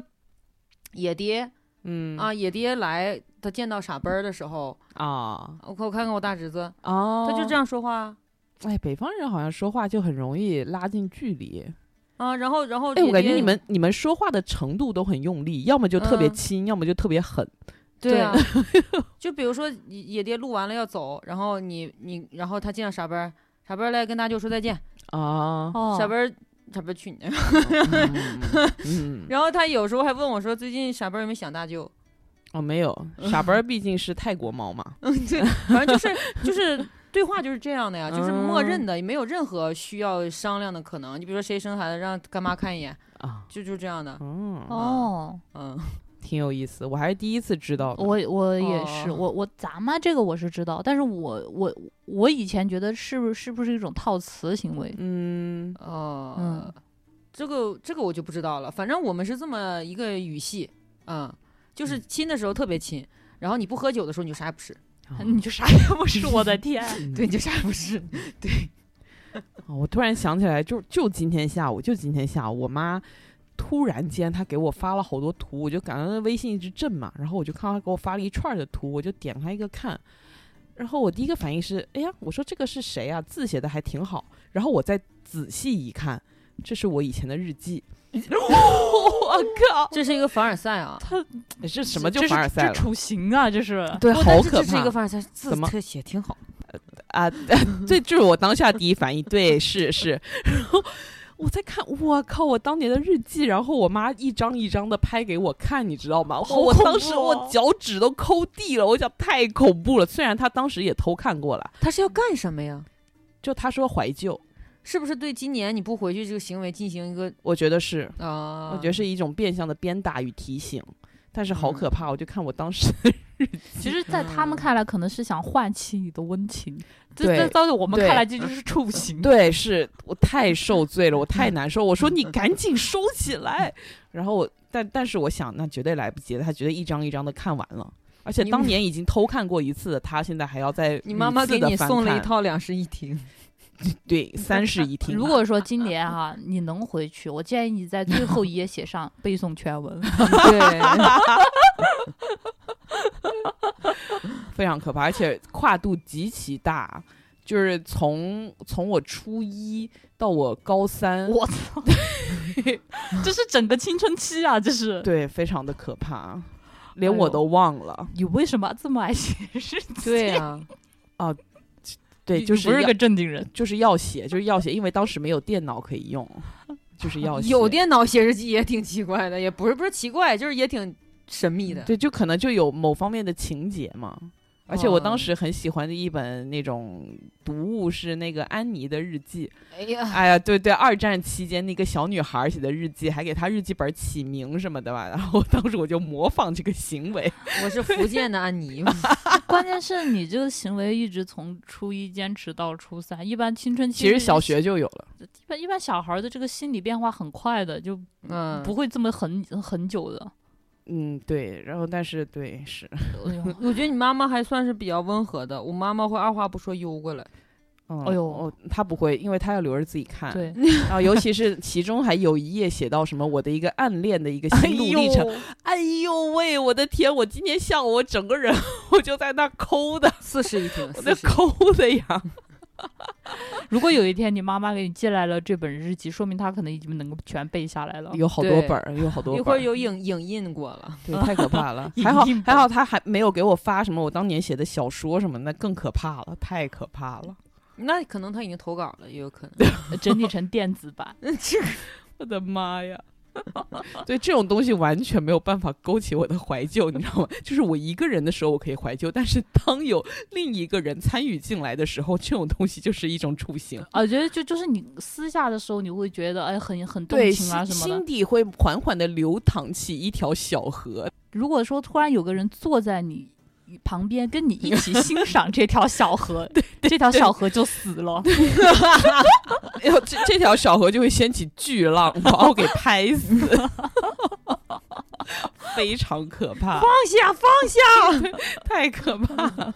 野爹嗯啊，野爹来，他见到傻奔儿的时候，啊我看我看看我大侄子，哦，他就这样说话哎，北方人好像说话就很容易拉近距离。啊，然后然后哎，我野感觉爹你们你们说话的程度都很用力，要么就特别嗯亲，要么就特别狠。对啊，就比如说野野爹录完了要走，然后你你然后他见到傻奔儿，傻奔儿来跟大舅说再见，啊，哦，傻奔儿傻奔儿去你那儿， [laughs] [laughs] 嗯，然后他有时候还问我说最近傻奔儿有没有想大舅，哦，没有，傻白儿毕竟是泰国 [laughs] 猫嘛。嗯，对，反正就是就是对话就是这样的呀，就是默嗯认的，也没有任何需要商量的可能。你比如说谁生孩子让干妈看一眼，啊，就就这样的，嗯，哦，嗯，挺有意思，我还是第一次知道呢。我我也是，哦我我咱妈这个我是知道，但是我我我以前觉得是不是是不是一种套词行为？嗯，哦、嗯这个这个我就不知道了，反正我们是这么一个语系，嗯，就是亲的时候特别亲。然后你不喝酒的时候，你就啥也不是，啊 [laughs] 你就啥也不是，我的 [laughs] 天！嗯对，你就啥也 [laughs] 不是，对，啊我突然想起来，就就今天下午，就今天下午，我妈突然间她给我发了好多图，我就感觉微信一直震嘛，然后我就看到她给我发了一串儿的图，我就点开一个看，然后我第一个反应是，哎呀，我说这个是谁啊？字写的还挺好，然后我再仔细一看，这是我以前的日记。 [laughs] 我 [laughs] 靠，这是一个凡尔赛啊，这什么就这是凡尔赛这了？处刑啊，这是对，不好哦但是可这是一怕个凡尔赛，字怎么特写挺好，啊！ [laughs] 这就是我当下第一反应，对，是是。然后我在看，我靠，我当年的日记，然后我妈一张一张的拍给我看，你知道吗？好我恐当时怖我哦脚趾都抠地了，我想太恐怖了。虽然她当时也偷看过了，他是要干什么呀？就她说怀旧，是不是对今年你不回去这个行为进行一个我觉得是，啊？我嗯觉得是一种变相的鞭打与提醒。但是好嗯可怕，我就看我当时其实，在他们看来，可能是想唤起你的温情。这对这，到了我们对看来，这就是处刑。 [laughs] 对，是我太受罪了，我太难受。我嗯说你赶紧收起来，然后我，但但是我想，那绝对来不及了。他绝对一张一张的看完了，而且你当们年已经偷看过一次的他，现在还要再你妈妈屡次给地你翻送了一看，套两室一 [laughs] 厅， [laughs] 对，三室一厅。啊如果说今年哈、你能回去，我建议你在最后一页写 [laughs] 上背诵全文。对，非常可怕，而且跨度极其大，就是从从我初一到我高三，我操，这是整个青春期啊！这是对，非常的可怕，连哎我呦都忘了。你为什么这么爱写 [laughs] 诗？对 [laughs] 啊，对，你就你是不是要个正经人。就是要写，就是要写，因为当时没有电脑可以用，就是要写。有电脑写日记也挺奇怪的，也不是不是奇怪，就是也挺神秘的。对，就可能就有某方面的情节嘛。而且我当哦时很喜欢的一本那种读物是那个安妮的日记。哎呀，哎呀，对对，二战期间那个小女孩写的日记，还给她日记本起名什么的吧。然后当时我就模仿这个行 [laughs] 为，我是福建的啊 [laughs] 安妮，关键是你这个行为一直从初一坚持到初三，一般青春期其实小一学就有了。般一般小孩儿的这个心理变化很快的，就嗯， [laughs] 不会这么很很久的。嗯，对，然后但是对是，哎呦，我觉得你妈妈还算是比较温和的，我妈妈会二话不说悠过来。嗯、哎呦哦，他不会，因为他要留着自己看。， [laughs] 对，然后尤其是其中还有一页写到什么我的一个暗恋的一个心路历程。哎呦喂，我的天！我今天下午我整个人我就在那抠的，四室一厅，我四那室一厅抠的呀。如果有一天你妈妈给你借来了这本日记，说明她可能已经能够全背下来了。。有好多本儿，有好多哦一会本儿儿，有影影印过了。对，太可怕了 [laughs] 影还好印本还好，他还没有给我发什么我当年写的小说什么，那更可怕了，太可怕了。那可能他已经投稿了，也有可能。呃整理成电子版， [laughs] 这个我的妈呀！对这种东西完全没有办法勾起我的怀旧，你知道吗？就是我一个人的时候我可以怀旧，但是当有另一个人参与进来的时候，这种东西就是一种处刑。啊，我觉得就就是你私下的时候，你会觉得哎，很很动对，情啊心什么的心。底会缓缓的流淌起一条小河。如果说突然有个人坐在你旁边，跟你一起欣赏这条小 [laughs] 河，这条小河就死了。哎呦，这这条小河就会掀起巨浪，把我给拍死， [laughs] 非常可怕，放下，放下。太可怕了！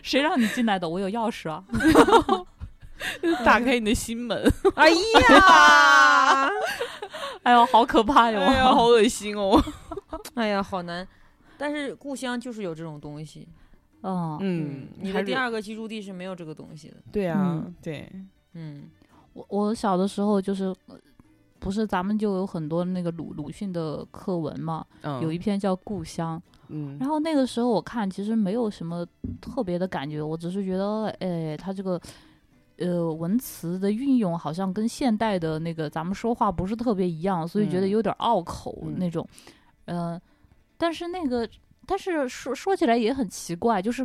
谁让你进来的？我有钥匙啊！打开你的心门，哎 [laughs] 呀， [laughs] 哎呦，好可怕哎哟！呀，好恶心哦。哎呀，好难。但是故乡就是有这种东西。嗯，嗯，你还是的第二个居住地是没有这个东西的。对啊，嗯对，嗯，我我小的时候就是，呃不是咱们就有很多那个鲁鲁迅的课文嘛，嗯，有一篇叫《故乡》，嗯，然后那个时候我看其实没有什么特别的感觉，我只是觉得，哎，他这个。呃，文词的运用好像跟现代的那个咱们说话不是特别一样，所以觉得嗯有点拗口嗯那种。呃，但是那个，但是说说起来也很奇怪，就是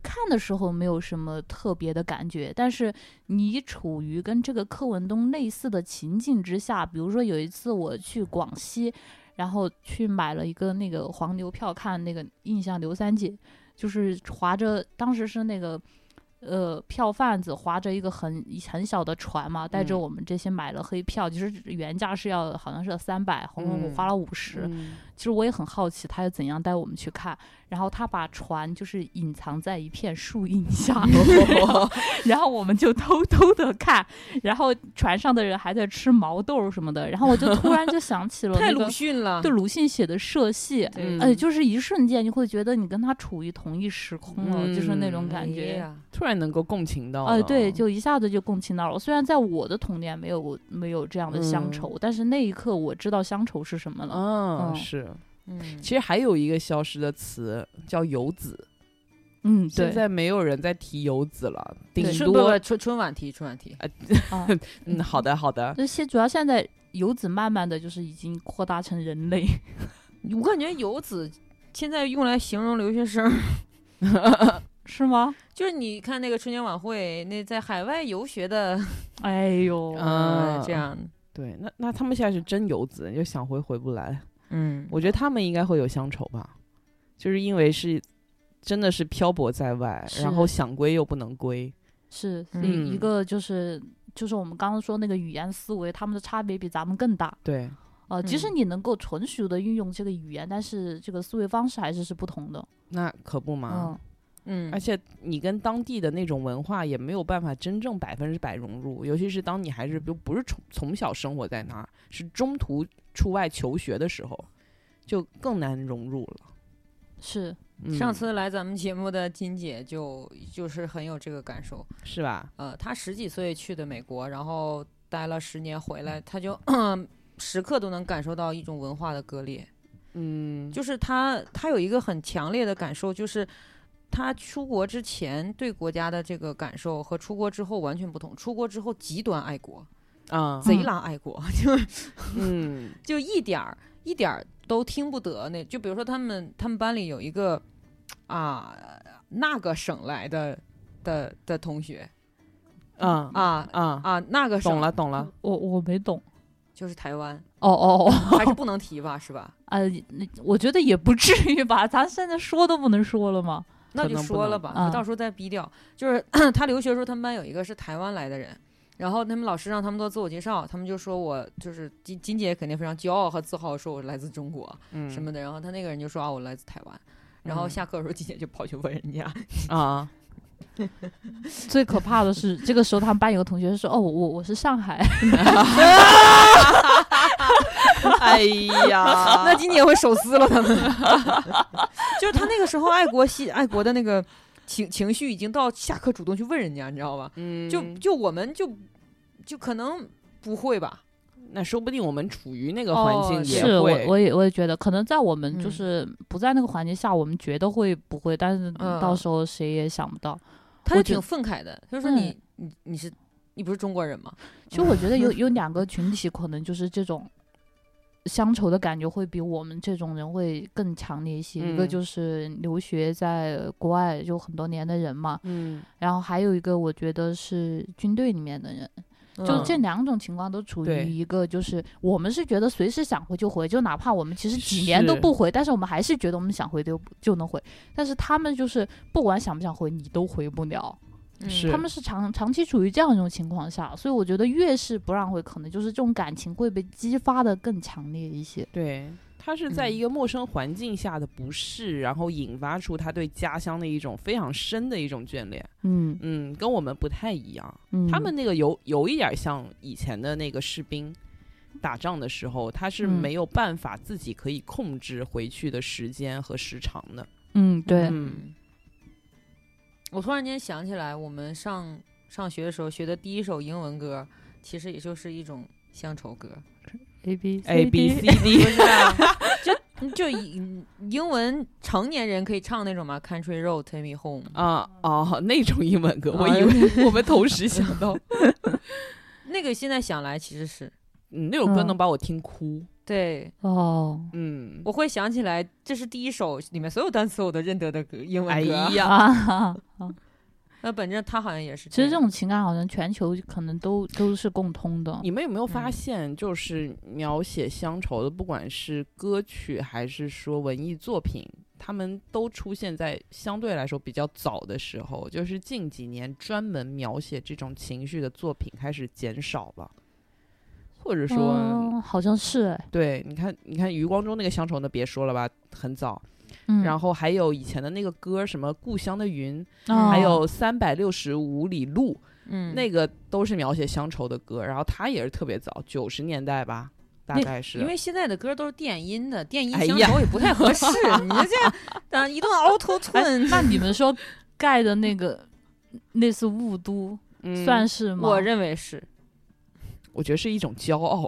看的时候没有什么特别的感觉，但是你处于跟这个柯文东类似的情境之下，比如说有一次我去广西，然后去买了一个那个黄牛票看那个《印象刘三姐》，就是划着当时是那个。呃，票贩子划着一个很很小的船嘛，带着嗯我们这些买了黑票，其实原价是要好像是要三百，红红我嗯花了五十、嗯其实我也很好奇，他要怎样带我们去看。然后他把船就是隐藏在一片树荫下，然后然后我们就偷偷的看，然后船上的人还在吃毛豆什么的。然后我就突然就想起了 [laughs] 那太鲁个迅了。对鲁迅写的《社戏》。对嗯哎，就是一瞬间，你会觉得你跟他处于同一时空了，就是那种嗯哦感哎觉。呀突然能够共情到了，哎，对，就一下子就共情到了我。虽然在我的童年没有没有这样的乡嗯愁，但是那一刻我知道乡愁是什么了。嗯嗯是。嗯，其实还有一个消失的词叫游子，嗯，对现，在没有人在提游子了，顶对是不多不春春晚题，春晚题。啊、嗯，好的好的，那现主要现在游子慢慢的就是已经扩大成人类， [laughs] 我感觉游子现在用来形容留学生，是吗？ [laughs] 就是你看那个春节晚会，那在海外游学的，哎呦，嗯 [laughs] 呃这样的。对，那那他们现在是真游子，就想回回不来。嗯，我觉得他们应该会有乡愁吧，就是因为是真的是漂泊在外，是然后想归又不能归。是一、嗯一个就是就是我们刚刚说那个语言思维，他们的差别比咱们更大。对，呃，即使嗯你能够纯熟的运用这个语言，但是这个思维方式还是是不同的。那可不嘛。嗯，嗯而，且你跟当地的那种文化也没有办法真正百分之百融入，尤其是当你还是就不是从从小生活在那儿，是中途出外求学的时候，就更难融入了。是嗯、上次来咱们节目的金姐就就是很有这个感受，是吧？呃，她十几岁去的美国，然后待了十年回来，她就 [clears throat] 时刻都能感受到一种文化的割裂，嗯，就是她她有一个很强烈的感受，就是她出国之前对国家的这个感受和出国之后完全不同，出国之后极端爱国，啊， [laughs] 贼拉爱国，就嗯就一点儿一点儿都听不得那，就比如说他们他们班里有一个啊那个省来的的的同学啊啊啊，啊那个省懂了懂了，我我没懂。就是台湾，哦哦 [laughs] 哦，还 [laughs] 是不能提吧，是吧？呃，那我觉得也不至于吧，咱现在说都不能说了吗？那可就能不说了能嗯吧，啊 [clears throat] 我到时候再逼掉。就是他留学的时候，他们班有一个是台湾来的人，然后他们老师让他们做自我介绍，他们就说我就是金金姐肯定非常骄傲和自豪，说我来自中国嗯什么的。然后他那个人就说啊，我来自台湾。然后嗯下课的时候，金姐就跑去问人 [laughs] 家， [laughs] 啊，最可怕的是，这个时候他们班有个同学说：“哦，我我我是上海。哎呀， [laughs] 啊那金姐会手撕了他们。 [laughs] 就是他那个时候爱国系爱国的那个情情绪已经到下课主动去问人家，你知道吧？嗯就就我们就就可能不会吧，那说不定我们处于那个环哦境也是我会我也我也觉得，可能在我们就嗯是不在那个环境下，我们觉得会不会，但是嗯到时候谁也想不到。他就我觉嗯挺得愤慨的，他就说你、你你是你不是中国人吗？其实我觉得有有两个群体，可能就是这种乡愁的感觉会比我们这种人会更强烈一些。一个嗯就是留学在国外有很多年的人嘛，嗯然后还有一个我觉得是军队里面的人，就嗯这两种情况都处对于一个就是我们是觉得随时想回就回，就哪怕我们其实几年都是不回，但是我们还是觉得我们想回就就能回，但是他们就是不管想不想回，你都回不了。嗯是他们是长长期处于这样一种情况下，所以我觉得越是不让回，可能就是这种感情会被激发的更强烈一些。对，他是在一个陌生环境下的不适，然后引发出他对家乡的一种非常深的一种眷恋。嗯嗯，跟我们不太一样。嗯，他们那个有有一点像以前的那个士兵打仗的时候，他是嗯没有办法自己可以控制回去的时间和时长的。嗯对嗯我突然间想起来，我们上上学的时候学的第一首英文歌，其实也就是一种乡愁 [laughs] 歌， A B ，A B C 不 D，是啊？就就英英文成年人可以唱那种嘛，Country Road Take Me [laughs] Home，啊哦，那种英文歌，我啊以为我们同时 [laughs] 想到，那个现在想来其实是嗯，那首歌嗯能把我听哭。对，哦嗯，我会想起来，这是第一首里面所有单词我都认得的歌，英哎文歌。呀， [laughs] 啊，那本质他好像也是其实这样种情感好像全球可能都都是共通的。你们有没有发嗯现，就是描写乡愁的，不管是歌曲还是说文艺作品，他们都出现在相对来说比较早的时候，就是近几年专门描写这种情绪的作品开始减少了，或者说，嗯，好像是哎，对，你看，你看余光中那个乡愁呢，别说了吧，很早，嗯，然后还有以前的那个歌，什么《故乡的云》，哦还有《三百六十五里路》，嗯，那个都是描写乡愁的歌，然后他也是特别早，九十年代吧，大那概是。因为现在的歌都是电音的，电音哎乡呀愁也不太 [laughs] 合适。你这这啊，一顿凹头哎寸， [laughs] 那你们说盖的那个类似雾都嗯算是吗？我认为是我觉得是一种骄 [laughs] 傲，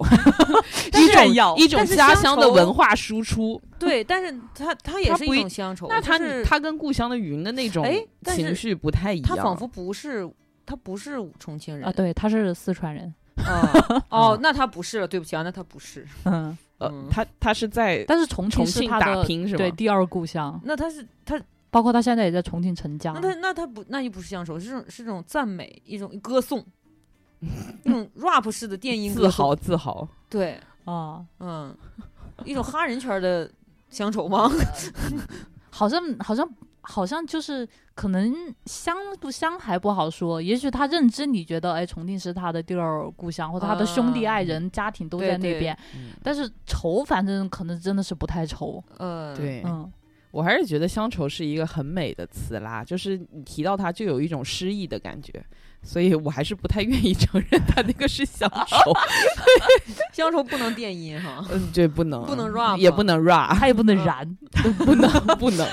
但是一种一种但是家乡乡的愁文化输出。对，但是它它也它是不一一种乡愁。那就他是他跟故乡的云的那种哎但是情绪不太一样，他仿佛不是他不是重庆人啊，对，他是四川 [laughs] 人， [laughs] 啊哦，那他不是了，对不起啊，那他不 [laughs] 是，嗯，呃嗯，他他是在但是重重庆是庆他打的拼是吗？嗯对第二故乡，那他是他包括他现在也在重庆成家那。他那他不那就不是乡愁，是种是种赞美，一种歌颂，一 [laughs] 种 rap 式的电音歌自颂豪自豪。对，啊， [laughs] 嗯，一种哈人圈的乡愁吗？ [laughs] 好像好像好像就是可能香不香还不好说，也许他认知你觉得，哎，重庆是他的第二故乡，或者他的兄弟、啊爱人、家庭都对在那对边，嗯但是愁反正可能真的是不太愁，呃，对，嗯，我还是觉得乡愁是一个很美的词啦，就是你提到它就有一种诗意的感觉，所以我还是不太愿意承认它那个是乡愁。乡愁不能电音哈，嗯，对，不能啊不能 rap 也不能 rap，他也不能 [laughs] 嗯燃，不能不能，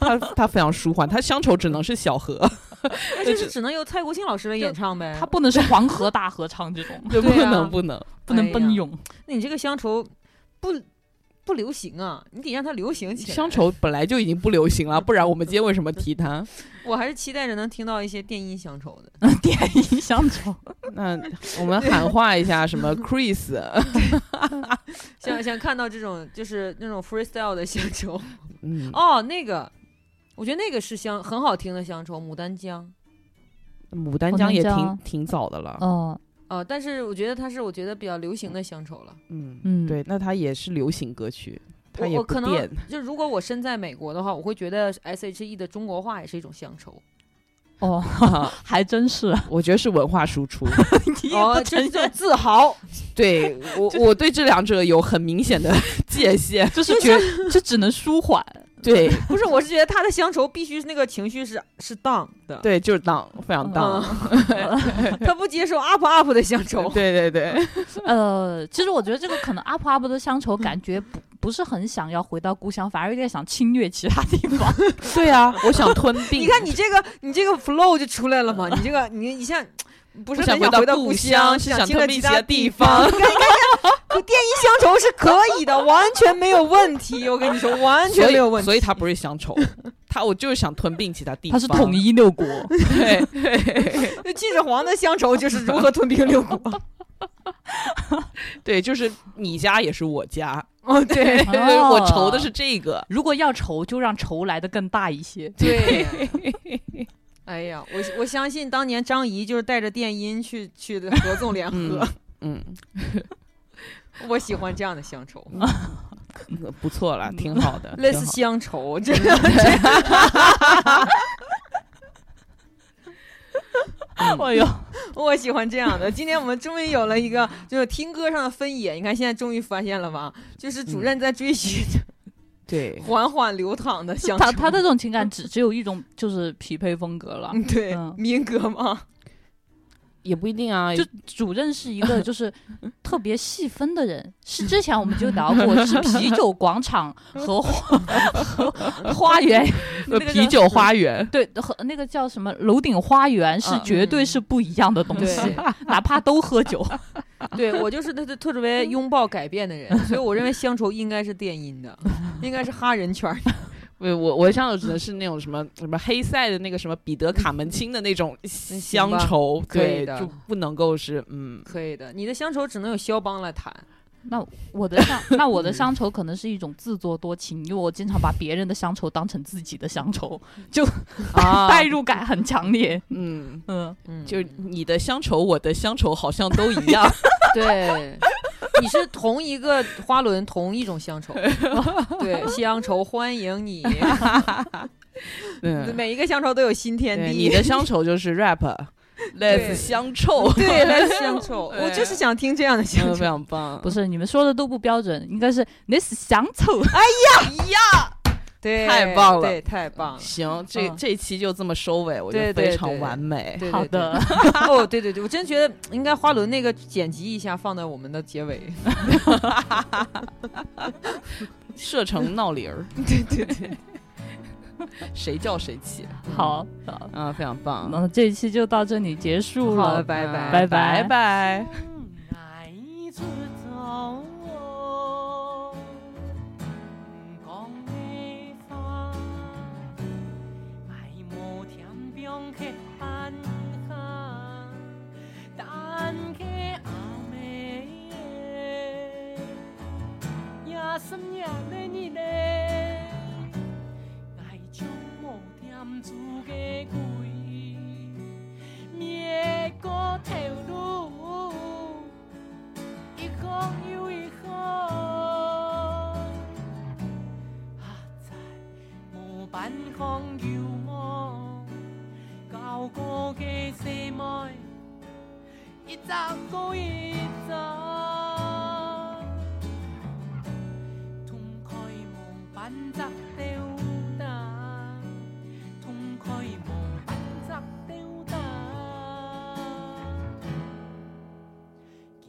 它它非常舒缓，它乡愁只能是小河，，那就是只能由蔡国庆老师来演唱呗。他不能是黄河大合唱这种对，不对啊能不能，不能哎呀奔涌。那你这个乡愁不不流行啊，你得让它流行起来。乡，愁本来就已经不流行了，不然我们今天为什么提它？我还是期待着能听到一些电音乡愁 [laughs] 的。电影乡愁，那我们喊话一下什么 Chris， [laughs] 想想看到这种就是那种 freestyle 的乡愁嗯，哦，那个我觉得那个是乡很好听的乡愁，《牡丹江》牡丹牡江丹也挺江挺早的了，嗯啊、但是我觉得它是我觉得比较流行的乡愁了。嗯嗯，对，，那它也是流行歌曲，它我也我不可能变。 [laughs] 就如果我身在美国的话，我会觉得 S H E 的中国话也是一种乡愁。哦，还真是，我觉得是文化输出。你也哦不，这承这认，自豪，对我，我对这两者有很明显的 [laughs] 界限。就是觉得 [laughs] 这只能舒缓。对 [laughs] 不是，我是觉得他的乡愁必须是那个情绪是是当的，对，就是当非常当。嗯 [laughs] 他不接受 up up 的乡愁。对对对，呃，其实我觉得这个可能 up up 的乡愁感觉不不是很想要回到故乡，反而有点想侵略其他地 [laughs] 方。对 [laughs] 啊，我想吞并。你看你这个你这个 flow 就出来了嘛，你这个你一下不是嗯不想很想回到到故故乡是想想听特个别其其他他地方。方 [laughs] 你看你看你看，电音乡愁是可以的，完全没有问题。我跟你说，完全所没以有问题。所以他不是乡 [laughs] 愁，他我就是想吞并其他地它方。是统。一六国，对，那秦始皇的乡愁就是如何吞并六国。 [laughs] 对，就是你家也是我家，哦，对 [laughs] [laughs] 我愁的是这个。如果要愁，就让愁来的更大一些。 [laughs] 对。哎呀，我我相信当年张仪就是带着电音去去的合 [laughs] 纵联合，嗯， [laughs] 我喜欢这样的乡愁，不错了，挺好的。嗯类似啊挺好乡愁，这个哎呦，我喜欢这样的。今天我们终于有了一个就是听歌上的分野，你看现在终于发现了吧？就是主任在追寻对，缓缓流淌的乡愁。他他的这种情感只只有一种就是匹配风格了。嗯对嗯民歌嘛，也不一定啊，就主任是一个就是特别细分的人，是之前我们就聊过，是啤酒广场和花和花园，那个叫呃啤酒花园。对和那个叫什么楼顶花园是嗯绝对是不一样的东嗯西，哪怕都喝酒，对我就是特特特别拥抱改变的人，所以我认为乡愁应该是电音的，应该是哈人圈儿的。对我我想指的是那种什么什么黑塞的那个什么彼得卡门钦的那种乡愁，嗯可以对，的就不能够是嗯，可以的，你的乡愁只能有肖邦来弹。那我的乡， [laughs] 那我的乡愁可能是一种自作多情，因为我经常把别人的乡愁当成自己的乡愁，就 [laughs] 啊代入感很强烈。嗯，嗯，嗯，就是你的乡愁，我的乡愁好像都一 [laughs] 样，对， [laughs] 你是同一个花轮，同一种乡愁。对，乡愁欢迎你，嗯，每一个乡愁都有新天对地。你 [laughs] 的乡愁就是 rap，来 [laughs] 对自乡臭，对，来自乡愁，对我就是想听这样的乡嗯非愁。常棒，不是你们说的都不标准，应该是你是乡愁。对，太棒了对，太棒了。行，这嗯这期就这么收尾，我觉对得对非常对完美，对 [laughs] 好，的，对对 [laughs] 哦，对对对，我真觉得应该花轮那个剪辑一下，放在我们的结尾。射成闹铃 [laughs] 儿，对对对，谁叫谁起，好，好啊，非常棒，那这一期就到这里结束好了的，。拜拜。拜拜拜拜。爱出走，讲的花，爱无甜中去盼下，但去阿妹，夜深夜的你嘞，爱将无甜自己归。灭个头路，一个又一个，啊在无办法游望，高歌嘅世外，一站过一站，痛快无办法丢淡。痛快无品质丢淡。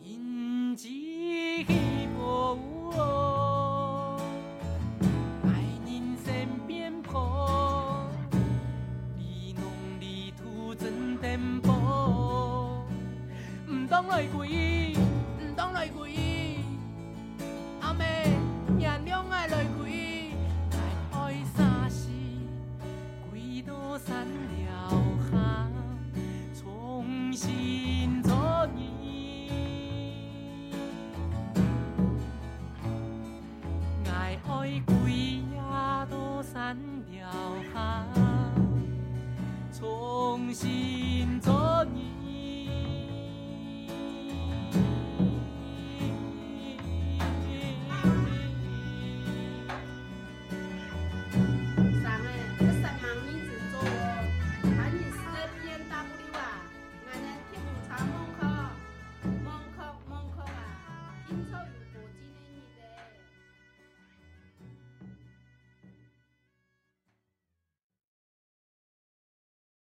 禁止去保护，爱人身边抱，你侬你土真颠簸，唔当来过伊，唔当来过伊，阿妹，人两爱来过伊，爱爱三世。几多山了下，重新做你。爱爱几呀多山了下，重新做你。